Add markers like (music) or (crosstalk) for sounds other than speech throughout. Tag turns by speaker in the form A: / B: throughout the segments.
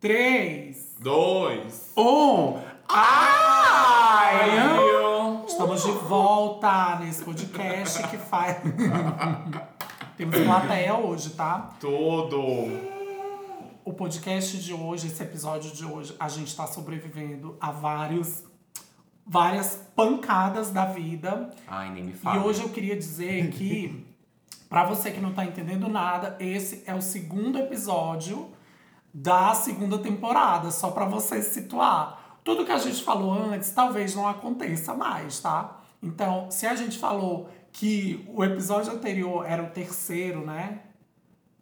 A: 3,
B: Dois.
A: 1. Ai!
B: Ai,
A: Estamos de volta nesse podcast que faz. (laughs) Temos plateia hoje, tá?
B: Tudo.
A: O podcast de hoje, esse episódio de hoje, a gente tá sobrevivendo a vários. Várias pancadas da vida.
C: Ai, nem me
A: E
C: fala.
A: hoje eu queria dizer que, pra você que não tá entendendo nada, esse é o segundo episódio da segunda temporada, só pra você se situar. Tudo que a gente falou antes talvez não aconteça mais, tá? Então, se a gente falou que o episódio anterior era o terceiro, né?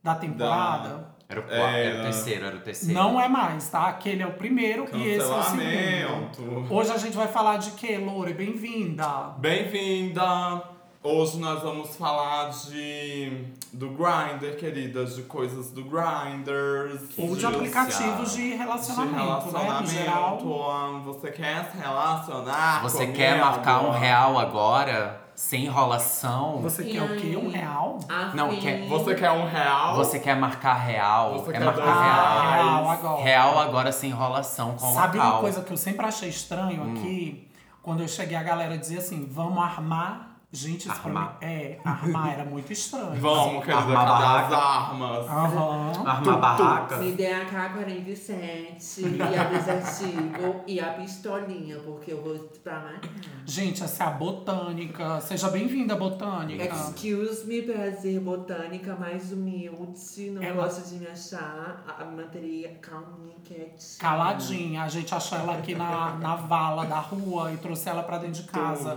A: Da temporada.
C: Era o quarto, era
B: Era.
C: o terceiro, era o terceiro.
A: Não é mais, tá? Aquele é o primeiro e esse é o segundo.
B: Cancelamento.
A: Hoje a gente vai falar de quê, Lore? Bem-vinda!
B: Bem-vinda. Hoje nós vamos falar de do Grindr, queridas, de coisas do Grinders.
A: Ou de
C: Social.
A: aplicativos de relacionamento, né? No geral.
B: ah, Você quer se relacionar?
C: Você
B: comigo?
C: quer marcar um real agora? Sem enrolação? Você,
A: Você quer o quê? Um real?
C: Não, quer-
B: Você quer um real?
C: quer marcar real?
B: Você
C: é
B: quer
C: marcar
B: dois
A: Ah,
C: real.
A: real agora.
C: Real agora sem enrolação com o
A: Sabe
C: local. Hum.
A: uma coisa que eu sempre achei estranho aqui? Quando eu cheguei, a galera dizia assim: vamos armar. Gente, isso pra mim.
C: Armar.
A: É, armar era muito estranho.
B: Vamos, querida,
C: Armar
B: cadê as
C: barraca.
B: armas?
A: Aham.
C: Armar barraca?
D: Me dê a K-47 e a desartigo e a pistolinha, porque eu vou pra marcar.
A: Gente, essa é a botânica. Seja bem-vinda, botânica.
D: Excuse me, prazer botânica mais humilde. Não
A: Ela-
D: gosto de me achar. A a me manteria calminha, quietinha.
A: Caladinha. A gente achou ela aqui na, na vala da rua e trouxe ela pra dentro de casa.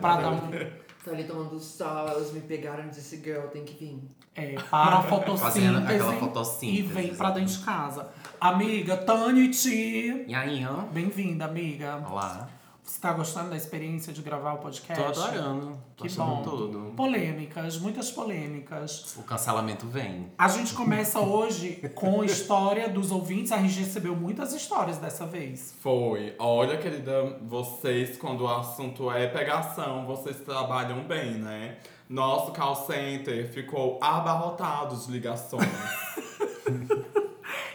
A: Pra dar um.
D: Tô Tá, ali tomando sol, elas me pegaram e disse, girl, tem que vir.
A: É, para a
C: (laughs) Fazendo
A: fotossíntese,
C: aquela fotossíntese,
A: e vem pra
C: exatamente.
A: dentro de casa. Amiga, Tanity!
C: E aí, ó?
A: Bem-vinda, amiga.
C: Olá.
A: Você tá gostando da experiência de gravar o podcast?
C: Tô adorando. Tô
A: É, Que
C: achando
A: bom.
C: tudo.
A: Polêmicas, muitas polêmicas.
C: O cancelamento vem.
A: A gente começa hoje com a história dos ouvintes. A gente recebeu muitas histórias dessa vez.
B: Foi. Olha, querida, vocês, quando o assunto é pegação, vocês trabalham bem, né? Nosso call center ficou abarrotado
A: (laughs)
B: de ligações.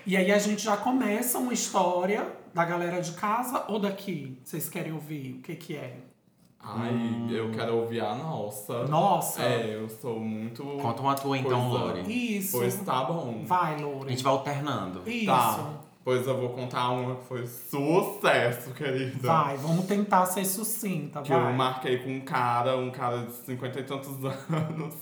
A: E aí a gente já começa uma história da galera de casa ou daqui? Vocês querem ouvir o que que é?
B: Ai, eu quero ouvir a nossa.
A: Hum. Nossa!
B: É, eu sou muito.
C: Conta uma tua então,
B: Pois é.
C: Lore.
A: Isso!
B: Pois tá bom.
A: Vai,
C: A
A: Lore.
C: gente vai alternando.
A: Isso!
B: Tá. Pois eu vou contar uma que foi sucesso, querida.
A: Vai, vamos tentar ser sucinta,
B: Tá. Que eu
A: Então vai.
B: marquei com um cara, um cara de cinquenta e tantos (laughs) anos.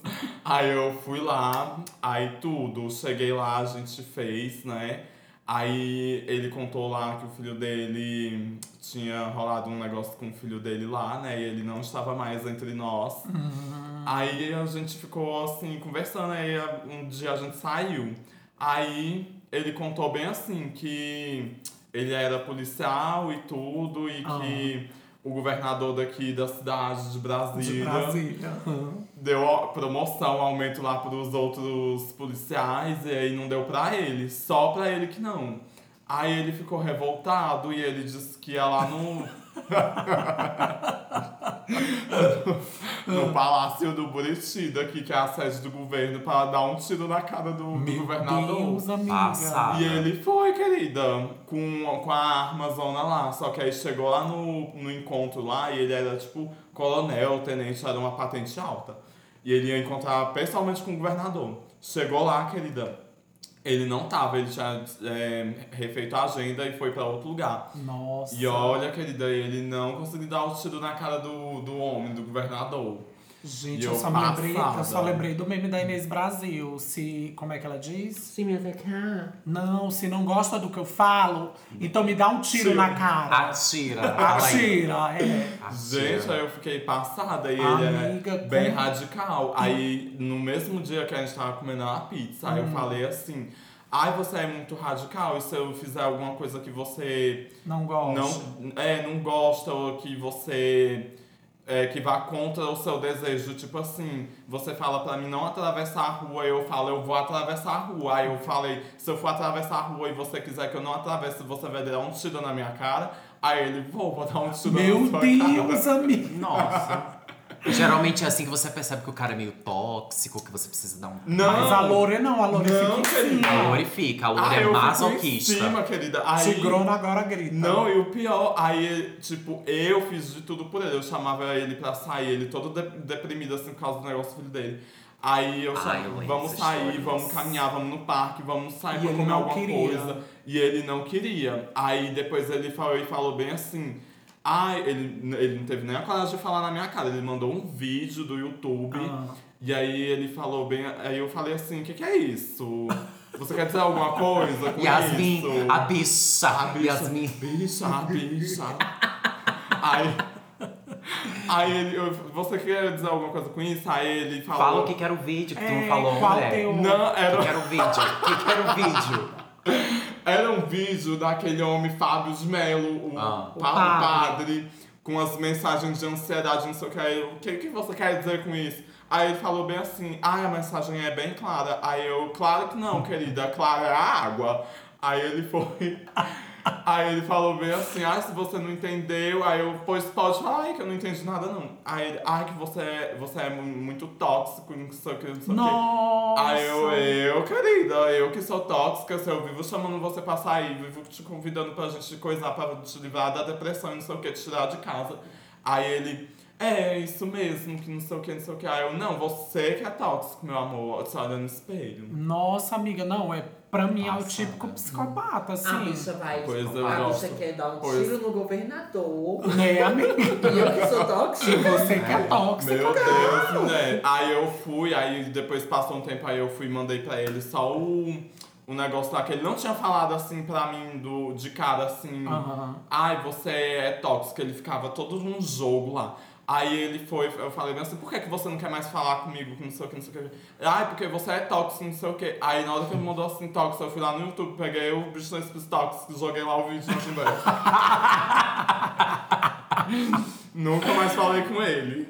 B: Aí eu fui lá, aí tudo. Cheguei lá, a gente fez, né? Aí ele contou lá que o filho dele tinha rolado um negócio com o filho dele lá, né? E ele não estava mais entre nós. Aí a gente ficou assim, conversando, aí a- um dia a gente saiu. Aí ele contou bem assim que ele era policial e tudo, e
A: Ah.
B: que o governador daqui da cidade de Brasília,
A: De Brasília.
B: deu ó- promoção, aumento lá pros outros policiais, e aí não deu pra ele, só pra ele que não. Aí ele ficou revoltado e ele disse que ia
A: (laughs)
B: lá no. no Palácio do Buriti, daqui, que é a sede do governo, pra dar um tiro na cara do, do governador.
A: Deus, amiga.
C: Passada.
B: E ele foi, querida, com, com a armazona lá. Só que aí chegou lá no, no encontro lá e ele era tipo coronel, tenente, era uma patente alta. E ele ia encontrar pessoalmente com o governador. Chegou lá, querida. Ele não tava, ele tinha é, refeito a agenda e foi pra outro lugar.
A: Nossa.
B: E olha, querida, ele não conseguiu dar o tiro na cara do, do homem, do governador.
A: Gente,
B: E
A: eu,
B: eu
A: só me lembrei, eu só
B: passada.
A: lembrei do meme da Inês Brasil. Se. Como é que ela diz?
D: Se me atacar,
A: Não, se não gosta do que eu falo, então me dá um tiro
B: Tiro.
A: na
B: Ah,
A: cara.
C: Atira. fala aí.
A: Atira, é.
C: Atira.
B: Gente, aí eu fiquei passada e
A: Amiga,
B: ele é bem
A: como-
B: radical. Aí no mesmo dia que a gente tava comendo a pizza,
A: Hum.
B: aí eu falei assim: ai, você é muito radical, e se eu fizer alguma coisa que você
A: Não gosto.
B: não, é, não gosta ou que você. é, que vá contra o seu desejo. Tipo assim, você fala pra mim não atravessar a rua, eu falo, eu vou atravessar a rua. Aí eu falei, se eu for atravessar a rua e você quiser que eu não atravesse, você vai dar um tiro na minha cara. Aí ele, vou, vou dar um tiro na
A: Meu
B: sua cara.
A: Deus, amiga.
C: Nossa. (laughs) Geralmente é assim que você percebe que o cara é meio tóxico, que você precisa dar um.
B: Não.
A: Mas a Lore não, a Lore
B: Não,
A: fica assim, em
B: querida.
C: A
A: cima.
C: Lori fica, a
B: Ah,
C: Lori é
B: eu fico em
C: masoquista.
B: cima, querida. Aí,
A: Tigrona agora grita.
B: Não, e o pior, aí, tipo, eu fiz de tudo por ele. Eu chamava ele pra sair, ele todo de- deprimido, assim, por causa do negócio do filho dele. Aí eu
C: Ai,
B: falei,
C: eu lembro
B: vamos
C: essas
B: sair,
C: histórias.
B: vamos caminhar, vamos no parque, vamos sair
A: E
B: pra
A: ele
B: comer
A: não
B: alguma
A: queria.
B: coisa. E ele não queria. Aí depois ele falou, ele falou bem assim. Ai, ele, ele não teve nem a coragem de falar na minha cara. Ele mandou um vídeo do YouTube.
A: Ah.
B: E aí ele falou bem. Aí eu falei assim: o que, que é isso? Você quer dizer alguma coisa? Com
C: (laughs) Yasmin,
B: isso?
C: a bicha.
B: A bicha,
C: Yasmin.
B: bicha, a bicha. aí, aí ele, eu- você quer dizer alguma coisa com isso? Aí ele falou.
C: Fala o que que era o vídeo que tu
A: É,
C: não falou,
A: qual
C: mulher.
A: teu-
B: Não,
C: O que
B: era,
C: que era o vídeo? O que que era o vídeo?
B: era um vídeo daquele homem Fábio de Mello, o,
C: Ah.
B: pa-
A: O
B: o
A: padre.
B: padre. com as mensagens de ansiedade, não sei o que. Aí eu, o que, que você quer dizer com isso? Aí ele falou bem assim, ah, a mensagem é bem clara. Aí eu, claro que não, querida, clara é a água. Aí ele foi. (laughs) Aí ele falou bem assim, ah, se você não entendeu, aí eu, pois pode falar aí que eu não entendi nada não. Aí ele, ah, que você é, você é mu- muito tóxico, não sei o que, não sei o que.
A: Nossa.
B: Aí eu, é. eu, querida, eu que sou tóxica, se eu vivo chamando você pra sair, vivo te convidando pra gente coisar, pra te livrar da depressão e não sei o que, te tirar de casa. Aí ele, é, isso mesmo, que não sei o que, não sei o que. Aí eu, não, você que é tóxico, meu amor, se olha no espelho.
A: Nossa, amiga, não, é pra mim é o
C: Passada.
A: típico psicopata,
D: A
A: assim.
D: bicha vai. tipo,
B: Pois eu
D: a bicha
B: gosto.
D: quer dar um
B: Pois.
D: tiro no governador.
A: Né, amiga?
D: E eu que sou tóxica.
A: Você que é tóxico.
B: Meu Deus, né? Aí eu fui, aí depois passou um tempo, aí eu fui e mandei pra ele só o, o negócio lá que ele não tinha falado assim pra mim do, de cara assim.
A: Aham.
B: Ai, você é tóxico. Ele ficava todo num jogo lá. Aí ele foi, eu falei bem assim, por que, que você não quer mais falar comigo, que não sei o que, não sei o que. Ai, porque você é tóxico, não sei o que. Aí na hora que ele mandou assim, tóxico, eu fui lá no YouTube, peguei o bicho dos tóxicos, joguei lá o vídeo no embaixo. (laughs) Nunca mais falei com ele.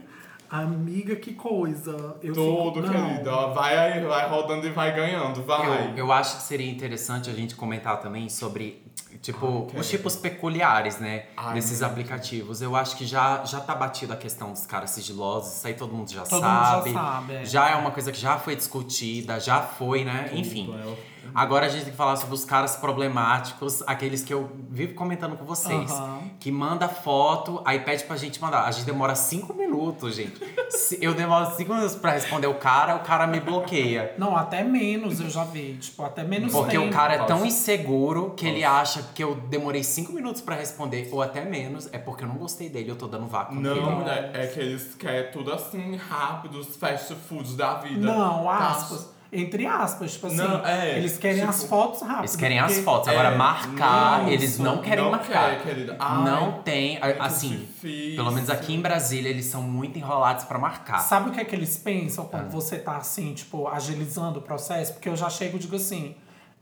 A: Amiga, que coisa. Eu
B: Tudo,
A: fico- não.
B: querida. ó, Vai aí, vai rodando e vai ganhando, vai.
C: Eu, eu acho que seria interessante a gente comentar também sobre, tipo,
B: quero.
C: os tipos peculiares, né?
B: Ai,
C: desses
B: meu
C: aplicativos. Eu acho que já, já tá batido a questão dos caras sigilosos. Isso aí todo mundo já
A: Todo
C: sabe.
A: mundo já sabe. é.
C: Já é uma coisa que já foi discutida, já foi, né? Enfim.
A: Então, é
B: Tudo, é. eu-
C: Agora a gente tem que falar sobre os caras problemáticos, aqueles que eu vivo comentando com vocês.
A: Aham.
C: Que manda foto, aí pede pra gente mandar. A gente demora cinco minutos, gente. Se- eu demoro cinco minutos pra responder o cara, o cara me bloqueia.
A: Não, até menos eu já vi. Tipo, até menos
C: Porque
A: tempo.
C: o cara é
B: Posso?
C: tão inseguro que ele acha que eu demorei cinco minutos pra responder, ou até menos, é porque eu não gostei dele, eu tô dando vácuo nele.
B: Não, né? É que eles querem tudo assim, rápido, os fast foods da vida.
A: Não,
B: Tá.
A: aspas. Entre aspas, tipo assim.
B: Não, é,
A: eles querem
B: tipo,
A: as fotos rápido.
C: Eles querem as
A: porque-
C: fotos, agora
B: É,
C: marcar,
B: não,
C: eles não querem
B: não
C: marcar.
B: quer, querida. Ai,
C: não tem,
B: é que
C: assim,
B: difícil.
C: pelo menos aqui em Brasília, eles são muito enrolados pra marcar.
A: Sabe o que é que eles pensam quando você tá assim, tipo, agilizando o processo? Porque eu já chego e digo assim: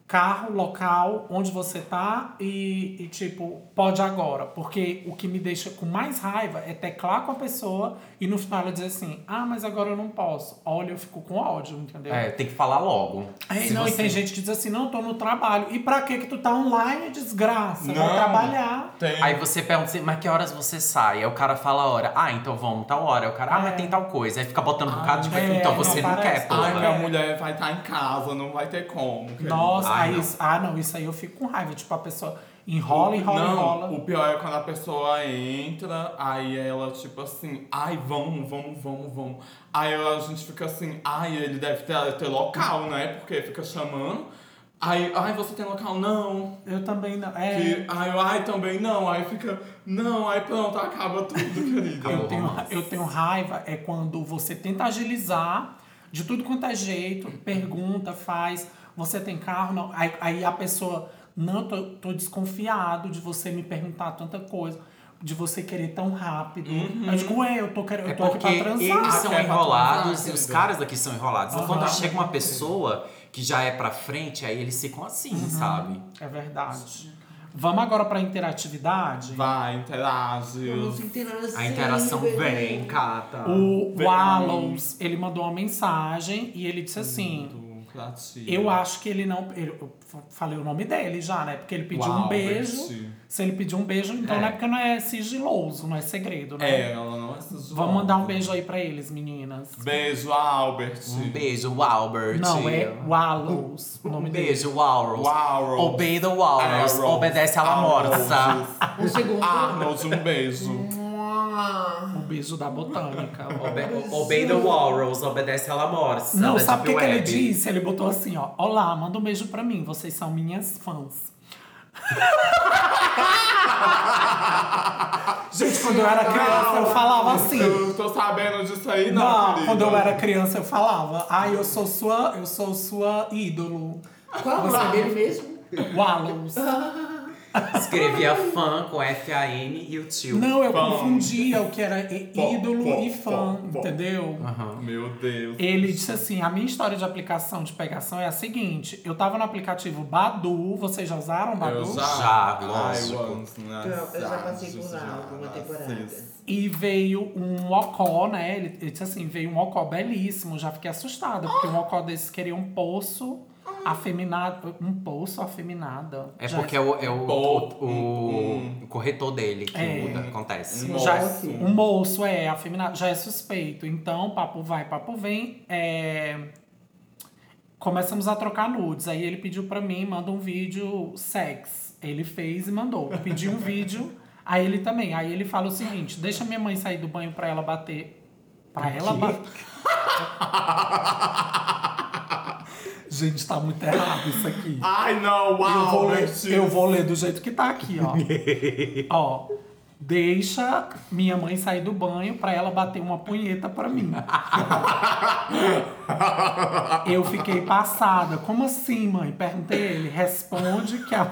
A: carro, local, onde você tá e, e, tipo, pode agora. Porque o que me deixa com mais raiva é teclar com a pessoa e no final ela diz assim: ah, mas agora eu não posso. Olha, eu fico com ódio, entendeu?
C: É, tem que falar logo.
A: Aí,
C: Se
A: não, e
C: você-
A: tem gente que diz assim: não, eu tô no trabalho. E pra que que tu tá online, desgraça? Vai
B: Não.
A: trabalhar.
B: Tem.
C: Aí você pergunta assim, mas que horas você sai? Aí o cara fala a hora. Ah, então vamos, tal hora. Aí o cara, ah,
A: É.
C: mas tem tal coisa. Aí fica botando um bocado, tipo,
A: é,
C: então você
A: não
C: não,
A: parece.
C: quer, pô.
B: Ai,
A: Porra.
B: minha mulher vai estar em casa, não vai ter como. querida.
A: Nossa,
C: Ai,
A: aí
C: não.
A: Isso, ah, não, isso aí eu fico com raiva. Tipo, a pessoa enrola, enrola,
B: não,
A: enrola.
B: O pior é quando a pessoa entra, aí ela tipo assim, ai, vamos, vamos, vamos, vamos. Aí a gente fica assim, ai, ele deve ter, ter local, né? Porque fica chamando. Aí, ai, você tem local? Não.
A: Eu também não. É,
B: Que, ai, eu, ai, também não. Aí fica, não, aí pronto, acaba tudo,
C: (laughs)
B: querida.
A: eu, tenho,
C: romance.
A: eu tenho raiva é quando você tenta agilizar de tudo quanto é jeito, pergunta, faz, você tem carro? Não. Aí, aí a pessoa, não, tô, tô desconfiado de você me perguntar tanta coisa, de você querer tão rápido. Eu digo, ué, eu tô, querendo,
C: É
A: eu tô aqui
C: porque
A: pra transar.
C: eles são
B: Ah, quer pra
C: enrolados
B: transar,
C: e os
B: querido.
C: caras aqui são enrolados. Então,
A: Aham.
C: Quando chega uma pessoa que já é pra frente, aí eles ficam assim, sabe?
A: É verdade. Vamos agora pra interatividade?
B: Vai, um interage.
D: Vamos interagir.
C: A interação vem, tá." Cata.
A: O, o
B: Vem.
A: Alons, ele mandou uma mensagem e ele disse assim:
B: pra ti.
A: Eu acho que ele não. ele- eu f- falei o nome dele já, né? Porque ele pediu
B: Uau,
A: um beijo.
B: Betty.
A: Se ele pediu um beijo, então
C: É.
A: não é porque não é sigiloso, não é segredo, né?
B: É, ela não é sigilosa.
A: Vamos mandar um beijo aí pra eles, meninas.
B: Beijo, Albert.
C: Um beijo, Walbert.
A: Não, é Wallows o nome
C: Um
A: dele.
C: beijo, Walrus.
B: Walrus.
C: Obeyda
B: Arrows.
C: Walrus. Obedece à morsa.
D: Um segundo.
B: Arnold, um beijo.
A: Um beijo da botânica.
C: Obe- Obeyda Walrus. Obedece à morsa.
A: Não,
C: da
A: sabe o que,
C: Deep
A: que ele
C: Web.
A: disse? Ele botou assim, ó. Olá, manda um beijo pra mim. Vocês são minhas
C: (laughs)
A: fãs. Gente, quando eu era criança, eu falava assim.
B: Eu tô sabendo disso aí, não.
A: Não,
B: querida.
A: quando eu era criança, eu falava. Ai, eu sou sua, eu sou sua ídolo.
D: Qual é o nome dele mesmo?
A: Wallows.
C: Escrevia fã com F-A-N e o tio.
A: Não, eu
B: Fã.
A: confundia o que era e-
B: Fã,
A: ídolo
B: fã,
A: e fã,
B: fã, fã.
A: entendeu?
B: Meu Deus.
A: Ele disse assim: a minha história de aplicação de pegação é a seguinte: eu tava no aplicativo Badu, vocês já usaram Badu?
B: Eu já.
C: Já,
B: Ai,
C: lógico.
B: once, né?
D: Eu- eu já passei por
B: Já,
D: lá alguma temporada.
B: cis.
A: E veio um ocó, né? Ele, ele disse assim: veio um ocó belíssimo. Já fiquei assustada, porque um ocó desse queria um poço afeminado. Um poço afeminado.
C: É
A: Já-
C: porque é o, é o,
B: Bom,
C: o- o- o corretor dele que
A: É.
C: muda, acontece.
B: Hum.
A: já é-
B: Moço.
A: um moço é afeminado, já é suspeito. Então, papo vai, papo vem. é, Começamos a trocar nudes. Aí ele pediu pra mim, manda um vídeo sex. Ele fez e mandou. Eu pedi um vídeo, aí ele também. Aí ele fala o seguinte: deixa minha mãe sair do banho pra ela bater. Pra ela bater. (laughs) Gente, tá muito errado isso aqui.
B: Ai, não,
A: Eu vou, ler,
B: Albert.
A: eu vou ler do jeito que tá aqui, ó. ó. Deixa minha mãe sair do banho pra ela bater uma punheta pra mim. eu fiquei passada. Como assim, mãe? Perguntei ele. Responde que a...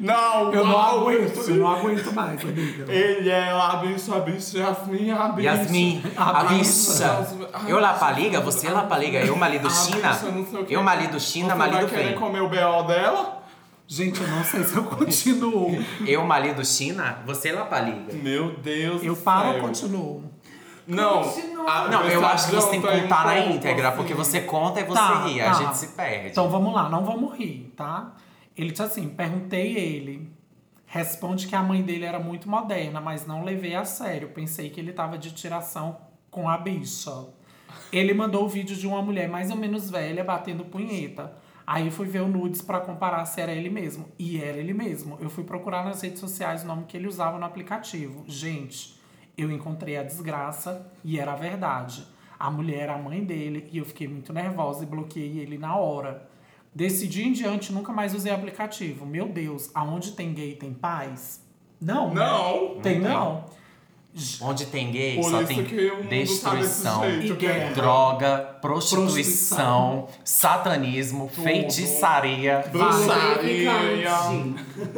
B: Não,
A: eu não
B: Albert.
A: aguento. Eu não aguento mais, amiga.
B: Ele é a bicha, a bicha, Yasmin, a bicha.
C: Yasmin,
A: A
C: a
A: bicha.
C: bicha. Eu lá paliga, você lá paliga, eu
B: A
C: marido China.
B: bicha, não sei o quê.
C: Eu marido China,
B: Você
C: marido
B: vai querer
C: vem.
B: comer o B.O. dela?
A: Gente, eu não sei se eu continuo.
B: é
C: Eu marido China, você lá paliga.
B: Meu Deus
A: Eu
B: do
A: paro ou
B: céu.
A: continuo?
B: Não,
D: Continua.
B: a-
C: Não, eu
B: essa
C: acho que você tem que
B: janta é um
C: contar na
B: pouco,
C: íntegra,
B: assim.
C: porque você conta e você
A: Tá,
C: ri,
A: tá.
C: a gente se perde.
A: Então vamos lá, não vamos rir, tá? Ele disse assim: perguntei ele. Responde que a mãe dele era muito moderna, mas não levei a sério. Pensei que ele tava de tiração com a bicha. Ele mandou o vídeo de uma mulher mais ou menos velha batendo punheta. Aí fui ver o nudes pra comparar se era ele mesmo. E era ele mesmo. Eu fui procurar nas redes sociais o nome que ele usava no aplicativo. Gente, eu encontrei a desgraça e era a verdade. A mulher era a mãe dele e eu fiquei muito nervosa e bloqueei ele na hora. Desse dia em diante, nunca mais usei aplicativo. Meu Deus, aonde tem gay tem paz? Não. né?
B: Não.
A: Tem
C: Não tem.
A: não.
C: Onde tem gay,
B: Por
C: só
B: isso
C: tem
B: que o mundo
C: destruição,
B: tá desse jeito,
A: e guerra.
B: querida.
C: droga, prostituição, satanismo, feitiçaria.
B: Bruxaria.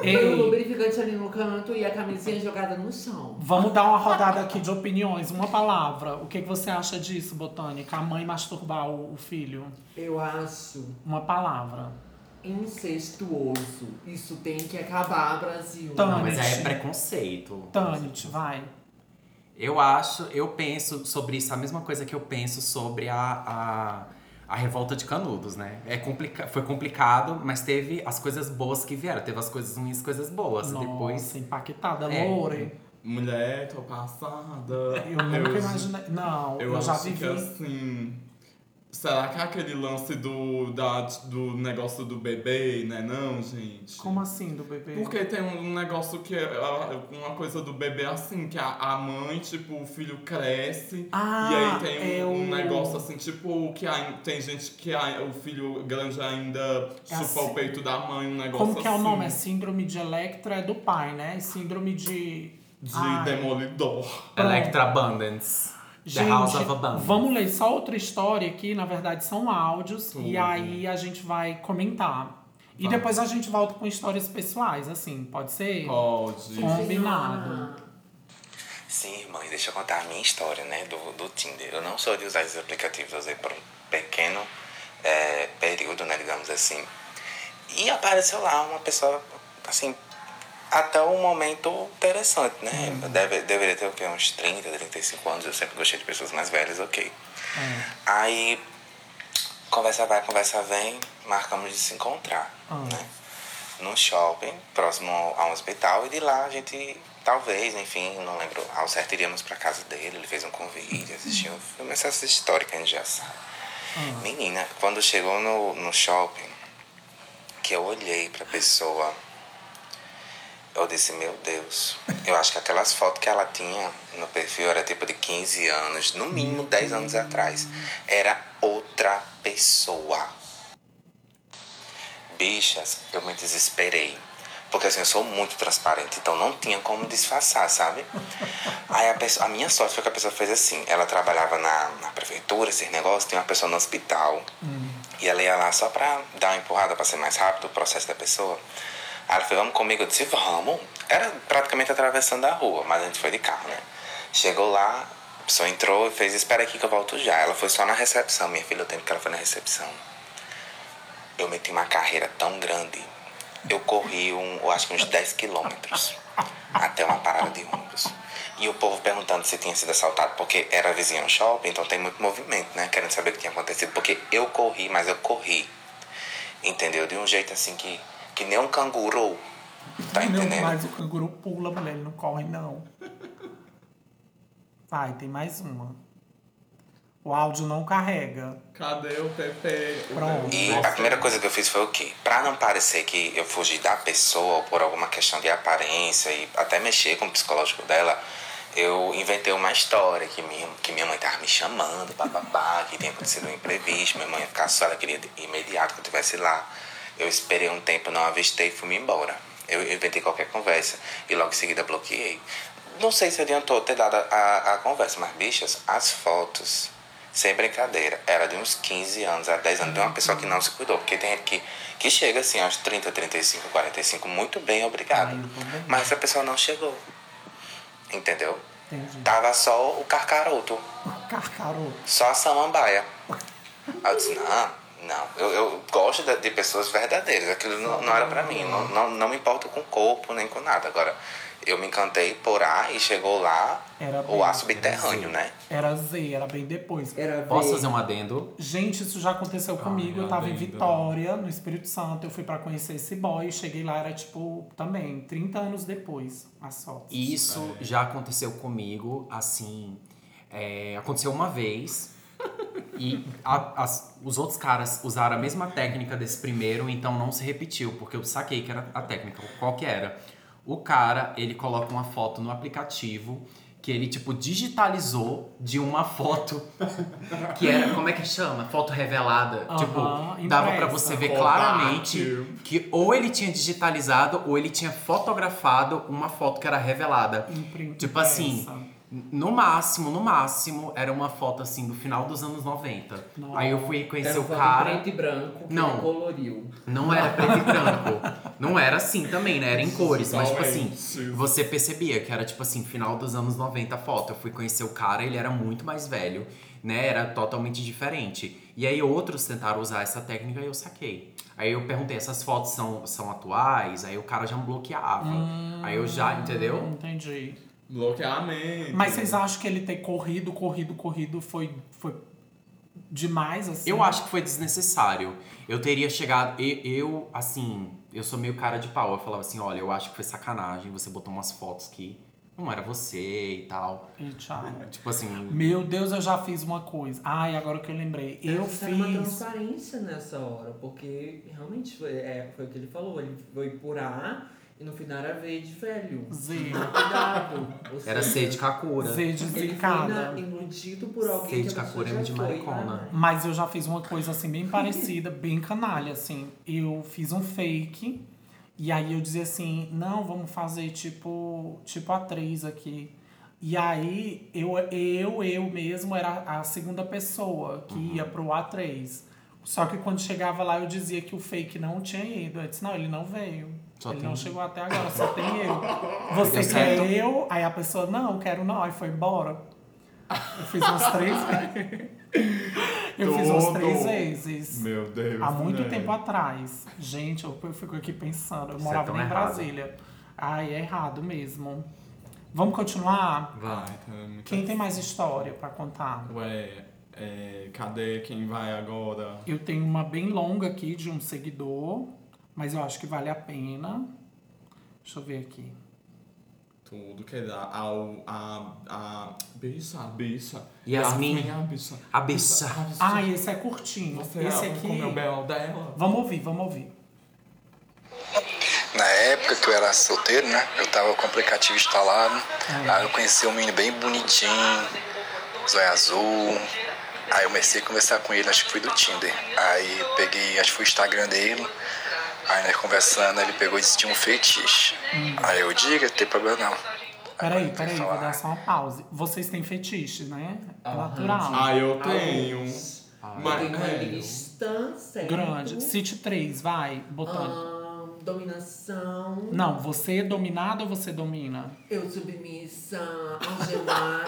A: Ei.
D: O um lubrificante ali no canto e a camisinha jogada no chão.
A: Vamos dar uma rodada aqui de opiniões. Uma palavra. O que, que você acha disso, Botânica? A mãe masturbar o, o filho?
D: Eu acho
A: Uma palavra.
D: incestuoso. Isso tem que acabar, Brasil.
A: Então-
C: Não, mas aí
A: Tanit.
C: é preconceito.
A: Tanit, vai.
C: Eu acho, eu penso sobre isso a mesma coisa que eu penso sobre a, a, a revolta de Canudos, né? É complica foi complicado, mas teve as coisas boas que vieram. Teve as coisas ruins, coisas boas.
A: Nossa,
C: Depois
A: impactada,
C: É.
A: Lore.
B: Mulher, tô passada.
A: Eu nunca imaginei. Não, eu,
B: Eu,
A: já
B: acho
A: vivi.
B: que assim. Será que é aquele lance do, da, do negócio do bebê, né? Não, gente.
A: Como assim, do bebê?
B: Porque tem um negócio que é ah, uma coisa do bebê assim, que a, a mãe, tipo, o filho cresce.
A: Ah,
B: e aí tem um,
A: eu-
B: um negócio assim, tipo, que a- tem gente que a- o filho grande ainda
A: É
B: chupa
A: assim.
B: o peito da mãe, um negócio
A: Como que é o
B: assim,
A: nome? É síndrome de Electra, é do pai, né? Síndrome de.
B: De
A: Ai.
B: demolidor.
C: Electra Abundance.
A: Gente,
C: The House of Abundance.
A: vamos ler só outra história aqui, na verdade são áudios, e
B: Tudo.
A: aí a gente vai comentar. E
C: Vamos.
A: depois a gente volta com histórias pessoais, assim, pode ser?
B: Pode.
A: Com- Combinado.
E: Sim, irmãs, deixa eu contar a minha história, né, do, do Tinder. Eu não sou de usar esses aplicativos, eu usei por um pequeno eh, período, né, digamos assim. E apareceu lá uma pessoa, assim, até um momento interessante, né? Deve, deveria ter o quê? Uns 30, 35 anos, eu sempre gostei de pessoas mais velhas, ok. Aí, conversa vai, conversa vem, marcamos de se encontrar, né? Num shopping, próximo ao a um hospital, e de lá a gente, talvez, enfim, não lembro ao certo, iríamos pra casa dele, ele fez um convite, assistiu um filme, essa história que a gente já sabe. Menina, quando chegou no, no shopping, que eu olhei pra pessoa, eu disse, meu Deus, eu acho que aquelas fotos que ela tinha no perfil era tipo de 15 anos, no mínimo 10 anos atrás. Era outra pessoa. Bichas, eu me desesperei. Porque assim, eu sou muito transparente, então não tinha como disfarçar, sabe? Aí a, pessoa, a minha sorte foi que a pessoa fez assim. Ela trabalhava na, na prefeitura, esses negócios, tinha uma pessoa no hospital. E ela ia lá só pra dar uma empurrada pra ser mais rápido o processo da pessoa. Aí ela foi, vamos comigo? Eu disse, vamos. Era praticamente atravessando a rua, mas a gente foi de carro, né? Chegou lá, a pessoa entrou e fez, espera aqui que eu volto já. Ela foi só na recepção, minha filha, o tempo que ela foi na recepção eu meti uma carreira tão grande. Eu corri, um, eu acho que uns 10 quilômetros até uma parada de ônibus. E o povo perguntando se tinha sido assaltado, porque era vizinho ao shopping, então tem muito movimento, né? Querendo saber o que tinha acontecido. Porque eu corri, mas eu corri. Entendeu? De um jeito assim que, que nem um canguru. Tá
A: Não,
E: entendendo?
A: mas o canguru pula, mulher, ele não corre, não. Vai, tem mais uma. O áudio não carrega.
B: Cadê o Pepe?
A: Pronto.
E: E a primeira coisa que eu fiz foi o quê? Pra não parecer que eu fugi da pessoa por alguma questão de aparência e até mexer com o psicológico dela, eu inventei uma história que minha, que minha mãe tava me chamando, bababá, que tinha acontecido um imprevisto, minha mãe ia ficar só, ela queria de imediato que eu estivesse lá. Eu esperei um tempo, não avistei e fui-me embora. Eu inventei qualquer conversa e logo em seguida bloqueei. Não sei se adiantou ter dado a, a- a conversa, mas, bichas, as fotos sem brincadeira, era de uns 15 anos a 10 anos, de uma pessoa que não se cuidou. Porque tem gente que, que chega assim aos 30, 35, 45, muito bem, obrigado.
A: né?
E: Mas essa pessoa não chegou. Entendeu?
A: Entendi.
C: Tá.
E: Tava só o carcaroto,
A: Carcaroto.
E: só a samambaia. Aí eu disse, não, não. Eu, eu gosto de, de pessoas verdadeiras. Aquilo não, não era pra mim. Não, não, não me importo com o corpo, nem com nada. Agora, eu me encantei por A e chegou lá
A: Era
E: o
A: bem,
E: ar subterrâneo, né?
A: Era Z, era bem depois.
D: Era
C: Posso
D: ver-
C: fazer um adendo?
A: Gente, isso já aconteceu comigo. Eu
C: lá
A: tava em
C: dentro.
A: Vitória, no Espírito Santo. Eu fui pra conhecer esse boy. Cheguei lá, era tipo, também, 30 anos depois, as fotos.
C: Isso
A: É.
C: já aconteceu comigo, assim. é, aconteceu uma
A: (laughs)
C: vez. e a- as- os outros caras usaram a mesma técnica desse primeiro, então não se repetiu, porque eu saquei que era a técnica. Qual que era? O cara, ele coloca uma foto no aplicativo que ele, tipo, digitalizou de uma
A: (laughs)
C: foto que era, como é que chama? Foto revelada.
A: Aham,
C: tipo, dava pra
A: impressa.
C: você ver
B: Fodátil.
C: claramente que ou ele tinha digitalizado ou ele tinha fotografado uma foto que era revelada.
A: Imprint
C: Tipo assim,
A: impressa.
C: No máximo, no máximo, era uma foto assim do final dos anos 90.
A: Nossa.
C: Aí eu fui
D: Era
C: conhecer o
D: um fundo
C: cara.
D: preto e branco que
C: Não.
D: ele coloriu.
C: Não era preto e branco. Não era assim também, né? Era em cores. Mas, tipo assim,
B: Totalmente.
C: você percebia que era, tipo assim, final dos anos 90 a foto. Eu fui conhecer o cara, ele era muito mais velho, né? Era totalmente diferente. E aí outros tentaram usar essa técnica e eu saquei. Aí eu perguntei, essas fotos são, são atuais? Aí o cara já me bloqueava. aí eu já, entendeu?
A: Hum, Entendi.
B: Bloqueamento.
A: Mas vocês acham que ele ter corrido, corrido, corrido foi, foi demais, assim?
C: Eu acho que foi desnecessário. Eu teria chegado. e- Eu, assim, eu sou meio cara de pau. Eu falava assim: olha, eu acho que foi sacanagem. Você botou umas fotos que não era você e tal.
A: E tchau.
C: Tipo assim.
A: Meu Deus, eu já fiz uma coisa. Ai, agora que eu lembrei. Eu
D: Essa é uma
A: fiz.
D: transparência nessa hora, porque realmente foi, é, foi o que ele falou. Ele foi por A e no final era V de velho.
A: Z.
D: Cuidado. ou
C: Era
D: seja,
C: ser de Kakura.
A: Z
D: Ele foi na,
A: deslicada.
D: iludido por alguém
C: Sede
D: que a pessoa
C: Kakura é
D: já
C: de
D: foi,
C: maricona.
D: né?
A: Mas eu já fiz uma coisa assim bem parecida, bem canalha, assim. Eu fiz um fake e aí eu dizia assim, não, vamos fazer tipo, tipo atriz aqui. E aí eu, eu, eu mesmo era a segunda pessoa que
C: Uhum.
A: ia pro A3. Só que quando chegava lá eu dizia que o fake não tinha ido. Eu disse, não, ele não veio.
C: Só
A: ele
C: tem- um."
A: não chegou até agora, só tem eu. Você
C: (laughs) Deu
A: quer
C: certo?
A: eu? Aí a pessoa, não, quero não. Aí foi embora. Eu fiz umas
B: (laughs)
A: três vezes. Eu fiz umas
B: Tudo.
A: três vezes.
B: Meu Deus.
A: Há muito
B: né?
A: tempo atrás. Gente, eu eu fico aqui pensando. Eu
C: Isso é
A: morava
C: tão
A: em
C: errado.
A: Brasília. Ai, é errado mesmo. Vamos continuar?
B: Vai, tá muito.
A: Quem tem mais história pra contar?
B: Ué, É, cadê quem vai agora?
A: Eu tenho uma bem longa aqui de um seguidor, mas eu acho que vale a pena. Deixa eu ver aqui.
B: Tudo que dá. Ao, a, a bicha, a bicha.
C: Yasmin.
B: a bicha.
C: A bicha.
A: Ah, esse é curtinho.
B: Você
A: esse
B: ama
A: aqui.
B: como é o belo dela.
A: Vamos ouvir, vamos ouvir.
F: Na época que eu era solteiro, né? Eu tava com o aplicativo instalado. Aí eu conheci um menino bem bonitinho, zóio azul. Aí eu comecei a conversar com ele, acho que foi do Tinder. Aí peguei, acho que foi o Instagram dele. Aí nós conversando, ele pegou e disse que tinha um feitiço. Aí eu diga, tem problema não.
A: Peraí, peraí, vou dar só uma pause. Vocês têm fetiche, né? É natural.
B: Ah, eu tenho.
D: Mas tem uma
B: é,
D: lista, certo?
C: Uhum.
A: Grande. Cite três, vai,
C: Ah.
A: botando.
D: Ahn, dominação.
A: Não, você é dominado ou você domina?
D: Eu submissa, algemada,